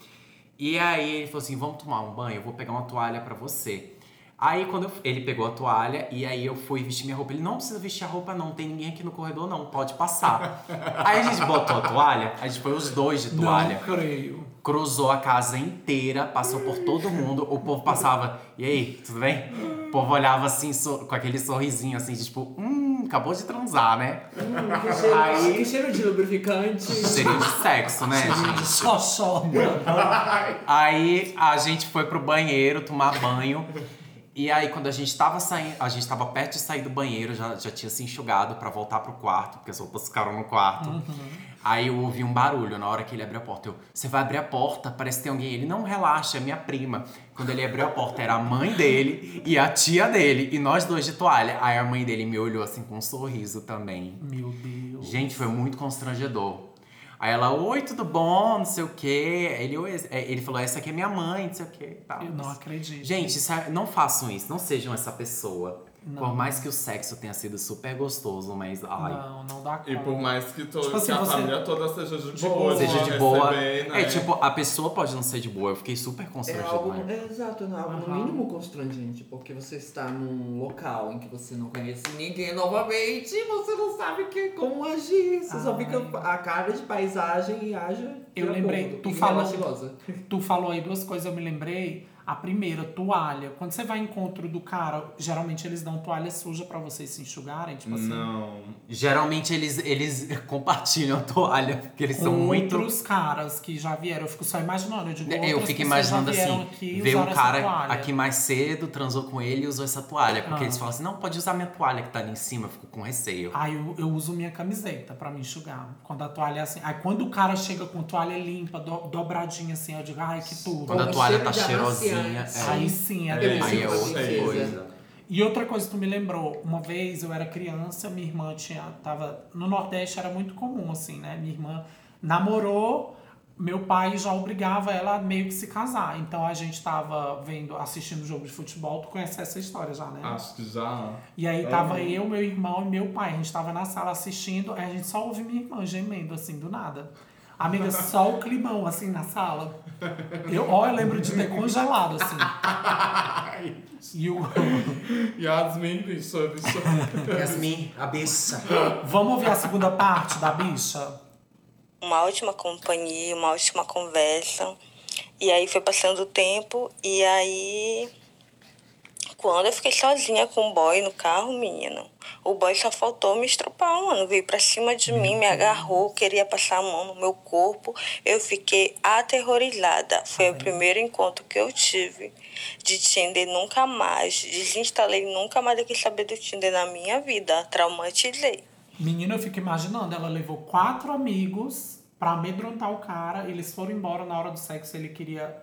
C: E aí ele falou assim: vamos tomar um banho, eu vou pegar uma toalha pra você. Aí quando eu- ele pegou a toalha e aí eu fui vestir minha roupa. Ele não precisa vestir a roupa, não. Tem ninguém aqui no corredor, não. Pode
A: (laughs)
C: passar. aí a gente botou a toalha, a gente foi os dois de toalha.
A: Não creio.
C: Cruzou a casa inteira, passou por todo mundo. O povo passava, e aí, tudo bem? O povo olhava assim, so- com aquele sorrisinho assim, de tipo, hum, acabou de transar, né?
D: Hum, que, cheiro,
C: Aí-
D: que cheiro de lubrificante.
C: Cheirinho de sexo,
D: (laughs)
C: né, gente?
A: Xoxota.
C: Aí a gente foi pro banheiro tomar banho. E aí, quando a gente tava saindo, a gente tava perto de sair do banheiro, já, já tinha se enxugado pra voltar pro quarto, porque as roupas ficaram no quarto. Aí eu ouvi um barulho na hora que ele abriu a porta. Eu, você vai abrir a porta, parece que tem alguém. Ele, não, relaxa, é minha prima. Quando ele abriu a porta, era a mãe dele e a tia dele, e nós dois de toalha. Aí a mãe dele me olhou assim com um sorriso também.
A: Meu Deus.
C: Gente, foi muito constrangedor. Aí ela, oi, tudo bom? Não sei o quê. Ele, "Oi, é", ele falou, essa aqui é minha mãe, não sei o quê. e Tal.
A: Eu não acredito.
C: Gente, isso é- não façam isso, não sejam essa pessoa.
A: Não.
C: Por mais que o sexo tenha sido super gostoso, mas ai.
A: Não, não dá conta.
B: E por mais que, to...
A: Tipo
B: que
A: assim,
B: a
A: você-
B: família toda seja de boa,
A: Boa.
C: Seja de
B: receber,
C: boa.
B: né?
C: É tipo, a pessoa pode não ser de boa. Eu fiquei super
D: É
C: constrangida.
D: algo,
C: né?
D: é exato, é algo no
A: Aham.
D: mínimo constrangente, porque você está num local em que você não conhece ninguém novamente, você não sabe que, como agir, você só
A: Ai.
D: fica a cara de paisagem e age. de
A: Eu lembrei,
D: acordo.
A: tu
D: E é
A: falou-
D: relaxilosa.
A: Tu falou aí duas coisas, eu me lembrei. A primeira, toalha. Quando você vai ao encontro do cara, geralmente eles dão toalha suja pra vocês se enxugarem, tipo assim.
B: Não.
C: Geralmente eles, eles (laughs) compartilham a toalha, porque eles
A: Com
C: são muito.
A: outros caras que já vieram. Eu fico só imaginando. Eu, digo,
C: Né, Eu
A: outras
C: fico
A: pessoas já
C: imaginando
A: vieram
C: assim,
A: aqui e
C: ver um
A: usaram essa
C: cara
A: toalha.
C: aqui mais cedo, transou com ele e usou essa toalha. Porque
A: Ah.
C: eles falam assim, não, pode usar minha toalha que tá ali em cima, eu fico com receio.
D: Ah,
A: Aí eu, eu uso minha camiseta pra me enxugar. Quando a toalha é assim. Aí quando o cara chega com toalha limpa, do- dobradinha assim, eu digo, ai, que tudo.
C: Quando a
D: Com
C: toalha
D: cheiro
C: tá
D: de
C: cheirosinha.
D: amaciante.
C: é.
A: Aí sim, é
B: É,
A: delícia.
C: Aí é outra
B: Princesa.
C: coisa.
A: E outra coisa que tu me lembrou, uma vez eu era criança, minha irmã tinha, tava. No Nordeste era muito comum, assim, né? Minha irmã namorou, meu pai já obrigava ela a meio que se casar. Então a gente tava vendo, assistindo jogo de futebol, tu conhece essa história já,
C: Ah,
A: né?
B: Acho que já.
A: E aí tava eu, meu irmão e meu pai. A gente tava na sala assistindo, aí a gente só ouve minha irmã gemendo, assim, do nada. Amiga, só o climão, assim, na sala. Eu, ó, eu lembro de ter congelado, assim. E o...
B: (laughs)
A: (laughs)
B: Yasmin, bicho, bicho.
C: Yasmin, a bicha.
A: Vamos ouvir a segunda parte da bicha?
G: uma ótima companhia, uma ótima conversa. E aí foi passando o tempo, e aí. Quando eu fiquei sozinha com o boy no carro, menino, o boy só faltou me estrupar, mano. Veio pra cima de mim, me agarrou, queria passar a mão no meu corpo. Eu fiquei aterrorizada. Foi o primeiro encontro que eu tive de Tinder nunca mais. Desinstalei nunca mais aqui saber do Tinder na minha vida. Traumatizei.
A: Menina, eu fico imaginando, ela levou quatro amigos pra amedrontar o cara, eles foram embora na hora do sexo, ele queria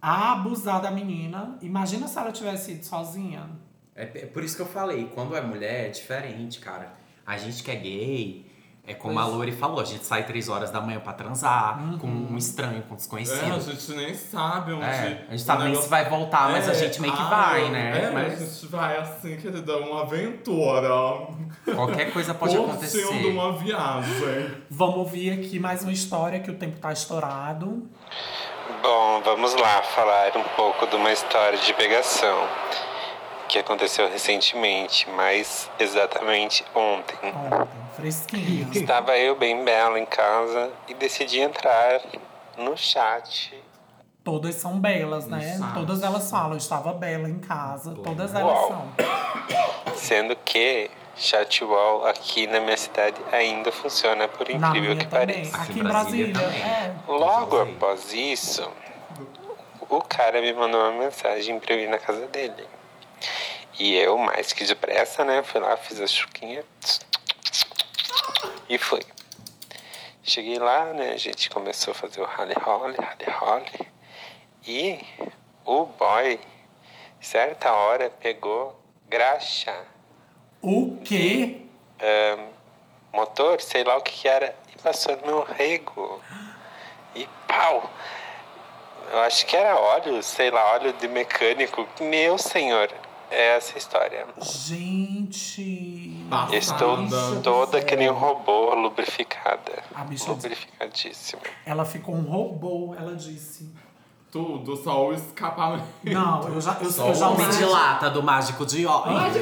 A: abusar da menina. Imagina se ela tivesse ido sozinha.
C: É p- é por isso que eu falei, quando é mulher é diferente, cara. A gente que é gay, é como a Lori falou, a gente sai três horas da manhã pra transar
A: Uhum.
C: com um estranho, com um
B: É, a
C: desconhecido.
B: gente nem sabe onde.
C: É, a gente
B: o
A: Um
C: sabe nem se
B: negócio-
C: vai voltar, mas a
B: É,
C: gente meio que
B: ah,
C: vai, né?
B: É,
C: Mas
B: a gente vai assim, querida, uma aventura.
C: qualquer coisa pode
A: um
B: Curtindo
C: acontecer.
B: uma viagem.
A: Vamos ouvir aqui mais uma história que o tempo tá estourado.
H: Bom, vamos lá falar um pouco de uma história de pegação que aconteceu recentemente, mas exatamente ontem.
A: Ontem, fresquinha.
H: Estava eu bem bela em casa e decidi entrar no chat.
A: Todas são belas, né?
B: Exato.
A: Todas elas falam, estava bela em casa. Todas elas
H: Uau.
A: são.
H: Sendo que chatwall aqui na minha cidade ainda funciona, por
A: Na
H: incrível
A: minha
H: que
A: também.
H: pareça.
A: Aqui em Brasília.
C: também.
A: é.
H: Logo após isso, o cara me mandou uma mensagem pra eu ir na casa dele. E eu, mais que depressa, né? Fui lá, fiz a chuquinha. E fui. Cheguei lá, né? A gente começou a fazer o rally rally, rally rally. E o boy, certa hora, pegou graxa,
A: O quê?
H: motor, sei lá o que, que era, e passou no meu rego. E pau! Eu acho que era óleo, sei lá, óleo de mecânico. Meu senhor, é essa história.
A: Gente.
B: Passada.
H: Estou toda que nem um robô lubrificada.
A: A bicha-
H: Lubrificadíssima.
A: Ela ficou um robô, ela disse.
B: tudo, só o escapamento.
A: Não, eu já, eu,
C: Só
A: eu já
C: o homem de
A: usei,
C: lata do Mágico de Oz.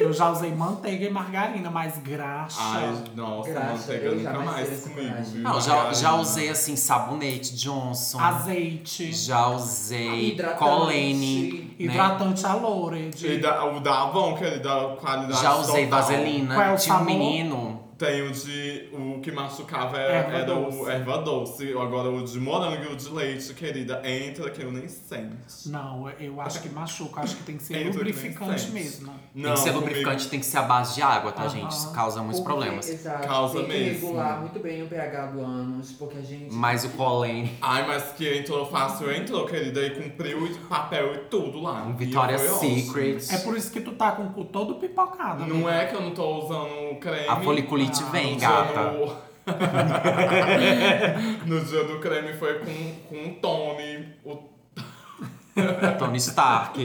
A: eu já usei manteiga e margarina, mas graxa.
B: Ai, nossa,
D: Graças,
B: manteiga
D: eu
B: nunca
D: jamais
B: mais
D: teria essa
B: comigo,
D: coragem.
B: viu?
C: Não, já, já
B: Margarina.
C: usei assim sabonete Johnson.
A: azeite,
C: Já usei
D: Hidratante.
C: Colene. Né?
A: hidratante né?
B: E
A: aloe.
B: da, o da Avon, que ele da qualidade
C: Já usei
B: total.
C: vaselina.
A: Qual é o
C: Tinha um
A: sabor?
C: menino.
B: Tem o de. O que machucava era,
A: Erva
B: era o
A: doce.
B: erva doce. Agora o de morango e o de leite, querida. Entra que eu nem sente.
A: Não, eu acho que machuca, acho que tem que ser
B: Entra que nem
A: lubrificante
B: sente.
A: mesmo.
C: Tem que ser
B: comigo-
C: lubrificante, tem que ser a base de água, tá, gente? Isso
A: Aham.
C: causa muitos
D: Porque,
C: problemas.
D: Exato.
B: Causa
D: tem que
B: mesmo.
D: regular muito bem o pH do ânus, porque a gente.
C: Mas o Colene.
B: Ai, mas que entrou fácil, entrou, querida. E cumpriu o papel e tudo lá.
C: Um Victoria's
B: E foi ótimo.
C: Secret.
A: É por isso que tu tá com o cu todo pipocado. né?
B: Não é que eu não tô usando creme.
C: A foliculite vem,
B: No dia
C: gata.
B: do- (laughs) no dia do creme foi com, com o Tony. O
A: (laughs)
C: Tony Stark.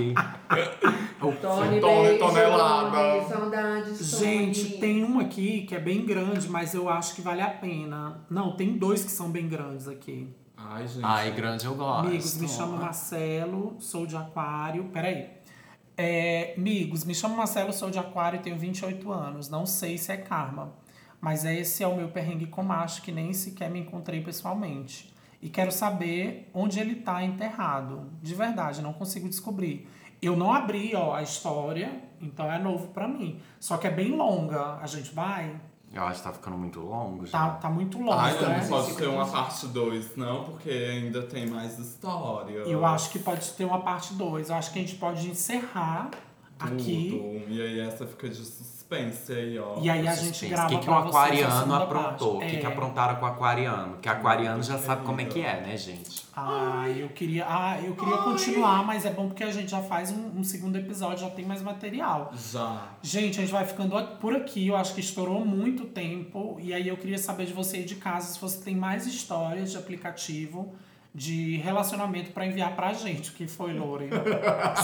B: Tony,
D: Tony, beijo,
B: tonelada.
D: Tony, saudades,
A: Gente,
D: Tony.
A: tem um aqui que é bem grande, mas eu acho que vale a pena. Não, tem dois que são bem grandes aqui.
B: Ai, gente.
C: Ai, grande eu gosto.
A: Amigos, me chamo Marcelo, sou de Aquário. Peraí. É, amigos, me chamo Marcelo, sou de Aquário e tenho 28 anos. Não sei se é karma, mas esse é o meu perrengue com macho que nem sequer me encontrei pessoalmente. E quero saber onde ele tá enterrado. De verdade, não consigo descobrir. Eu não abri, ó, a história, então é novo pra mim. Só que é bem longa. A gente vai?
C: Eu acho que tá ficando muito longo já.
A: Tá, tá muito longe,
B: Ai,
A: né?
B: Ah, então não pode ter uma parte 2, não, porque ainda tem mais história.
C: Então,
A: Eu acho que pode ter uma parte 2. Eu acho que a gente pode encerrar
B: Tudo.
A: tá aqui.
B: E aí essa fica de suspense aí, ó.
A: E aí a
C: Suspense.
A: gente grava
C: O que, que o
A: pra vocês a
C: aquariano
A: segunda
C: aprontou? O
A: parte.
C: que, que
A: É.
C: aprontaram com o aquariano? Porque aquariano já sabe
B: querida.
C: como é que é, né, gente?
A: Ah, eu queria, ah, eu queria continuar, mas é bom porque a gente já faz um, um segundo episódio, já tem mais material.
B: Já.
A: Gente, a gente vai ficando a- por aqui. Eu acho que estourou muito tempo. E aí eu queria saber de você aí de casa se você tem mais histórias de aplicativo de relacionamento pra enviar pra gente. O que foi,
C: (laughs)
A: Lore?
C: Então,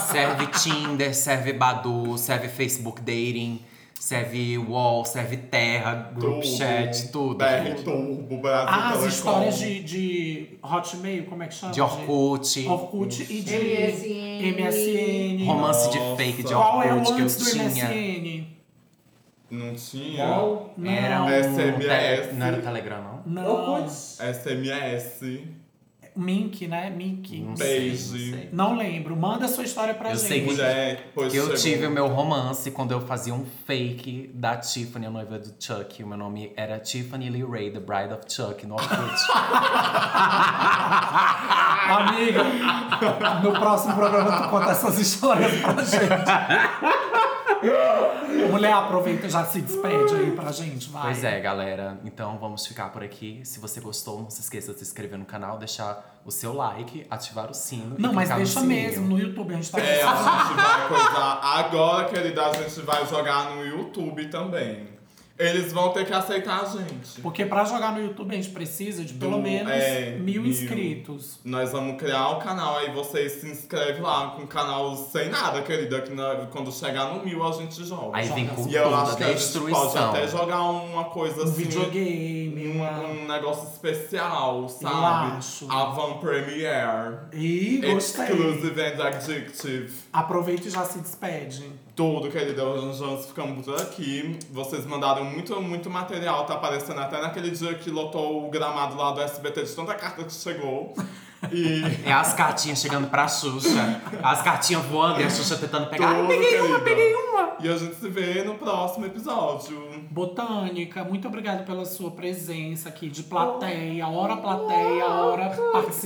C: Serve Tinder, serve Badu, serve Facebook Dating, serve Wall, serve Terra, Group
B: Tudo.
C: Chat, tudo.
B: BR Turbo, Brasil
A: Ah, as
B: Telecom.
A: histórias de, de Hotmail, como é que chama?
C: é De Orkut,
A: Orkut e de
D: MSN.
A: MSN.
C: romance de
B: Nossa.
C: fake de
A: Qual é o
C: Orkut que eu
A: antes do
C: tinha.
A: MSN?
B: Não tinha?
D: Bom,
A: Não.
C: Era um...
B: SMS.
C: te- Não era Telegram, não?
A: Não.
D: Orkut.
B: SMS.
A: Mink, né? Mink.
C: Não sei, não
B: Beijo.
C: sei.
A: Não lembro. Manda a sua história pra
C: Eu
A: gente.
C: sei que-
B: Mulher, pois é,
C: Que eu
B: chegou.
C: tive o meu romance quando eu fazia um fake da Tiffany, a noiva do Chuck. O meu nome era Tiffany Lee Ray, The Bride of Chuck,
B: (laughs)
C: no Orkut. (laughs)
A: Amiga, no próximo programa tu conta essas histórias pra gente. Mulher, aproveita e já se despede aí pra gente, vai.
C: pois é, galera. Então vamos ficar por aqui. Se você gostou, não se esqueça de se inscrever no canal, deixar o seu like, ativar o sino. e
A: Não, mas
C: clicar no
A: deixa
C: sininho.
A: mesmo, no YouTube a gente tá
B: É, a
A: pensando.
B: gente vai coisar. Agora, querida, a gente vai jogar no YouTube também. Eles vão ter que aceitar a gente.
A: Porque pra jogar no YouTube a gente precisa de pelo
B: Do-
A: menos
B: é,
A: mil,
B: mil.
A: inscritos.
B: Nós vamos criar o canal, aí vocês se inscrevem lá com o canal sem nada, querida. Que na- quando chegar no mil a gente joga.
C: Aí vem com
B: e eu
C: tudo,
B: acho que a gente pode
C: destruição.
B: até jogar uma coisa
A: Um
B: assim.
A: videogame,
B: Um,
A: uma...
B: um negócio especial, sabe?
A: acho.
B: Avant Premiere.
A: Ih, gostei.
B: Exclusive and Addictive.
A: Aproveita e já se despede.
B: Tudo, querida, nós já ficamos por tá aqui. Vocês mandaram muito, muito material, tá aparecendo até naquele dia que lotou o gramado lá do SBT de tanta carta que
C: (laughs)
B: chegou. E
C: É as cartinhas chegando pra Xuxa. As cartinhas voando e a Xuxa tentando pegar.
B: tudo,
C: Ah, peguei
B: querida.
C: uma, peguei uma.
B: E a gente se vê no próximo episódio.
A: Botânica, muito obrigada pela sua presença aqui de plateia, hora plateia, hora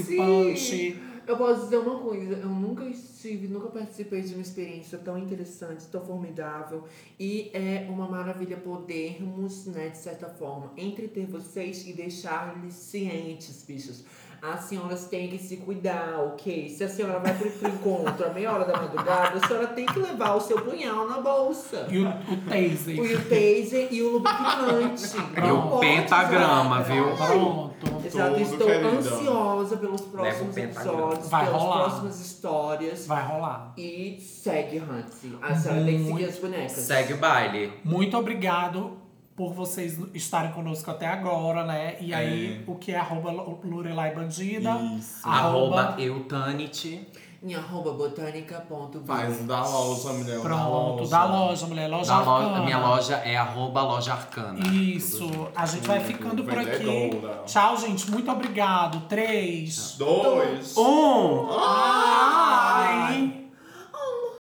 A: participante.
D: Eu posso dizer uma coisa, eu nunca estive, nunca participei de uma experiência tão interessante, tão formidável. E é uma maravilha podermos, né, de certa forma, entreter vocês e deixar-lhes cientes, bichos. As senhoras têm que se cuidar, ok? Se a senhora vai pro pro encontro a meia hora da madrugada, a senhora tem que levar o seu punhal na bolsa.
A: E o, o
D: O
A: taser.
D: taser e o lubrificante.
C: E
D: Não
C: o
D: pode
C: pentagrama,
D: usar.
C: viu?
A: Pronto.
D: Exato,
B: Tudo,
D: estou
B: querida.
D: ansiosa pelos próximos
C: pentagrama.
D: episódios,
A: Vai
D: pelas
A: rolar.
D: próximas histórias.
A: Vai rolar.
D: E segue, Hansi. A senhora tem que seguir as bonecas.
C: Segue o baile.
A: Muito obrigado por vocês estarem conosco até agora, né? E aí, o que é arroba Lurelai Bandida.
B: Isso.
C: Arroba eutanite.
D: Em arroba botânica.biz.
B: Faz um o da loja, mulher. o da
A: Pronto,
B: loja.
A: da loja, mulher. Loja
C: Da loja-
A: Arcana.
C: minha loja é arroba loja arcana.
A: Isso.
C: Tudo junto.
A: A gente vai ficando por aqui.
B: Vendedora.
A: Tchau, gente. Muito obrigado. Três,
B: Dois.
A: um.
B: Ai.
A: Ai.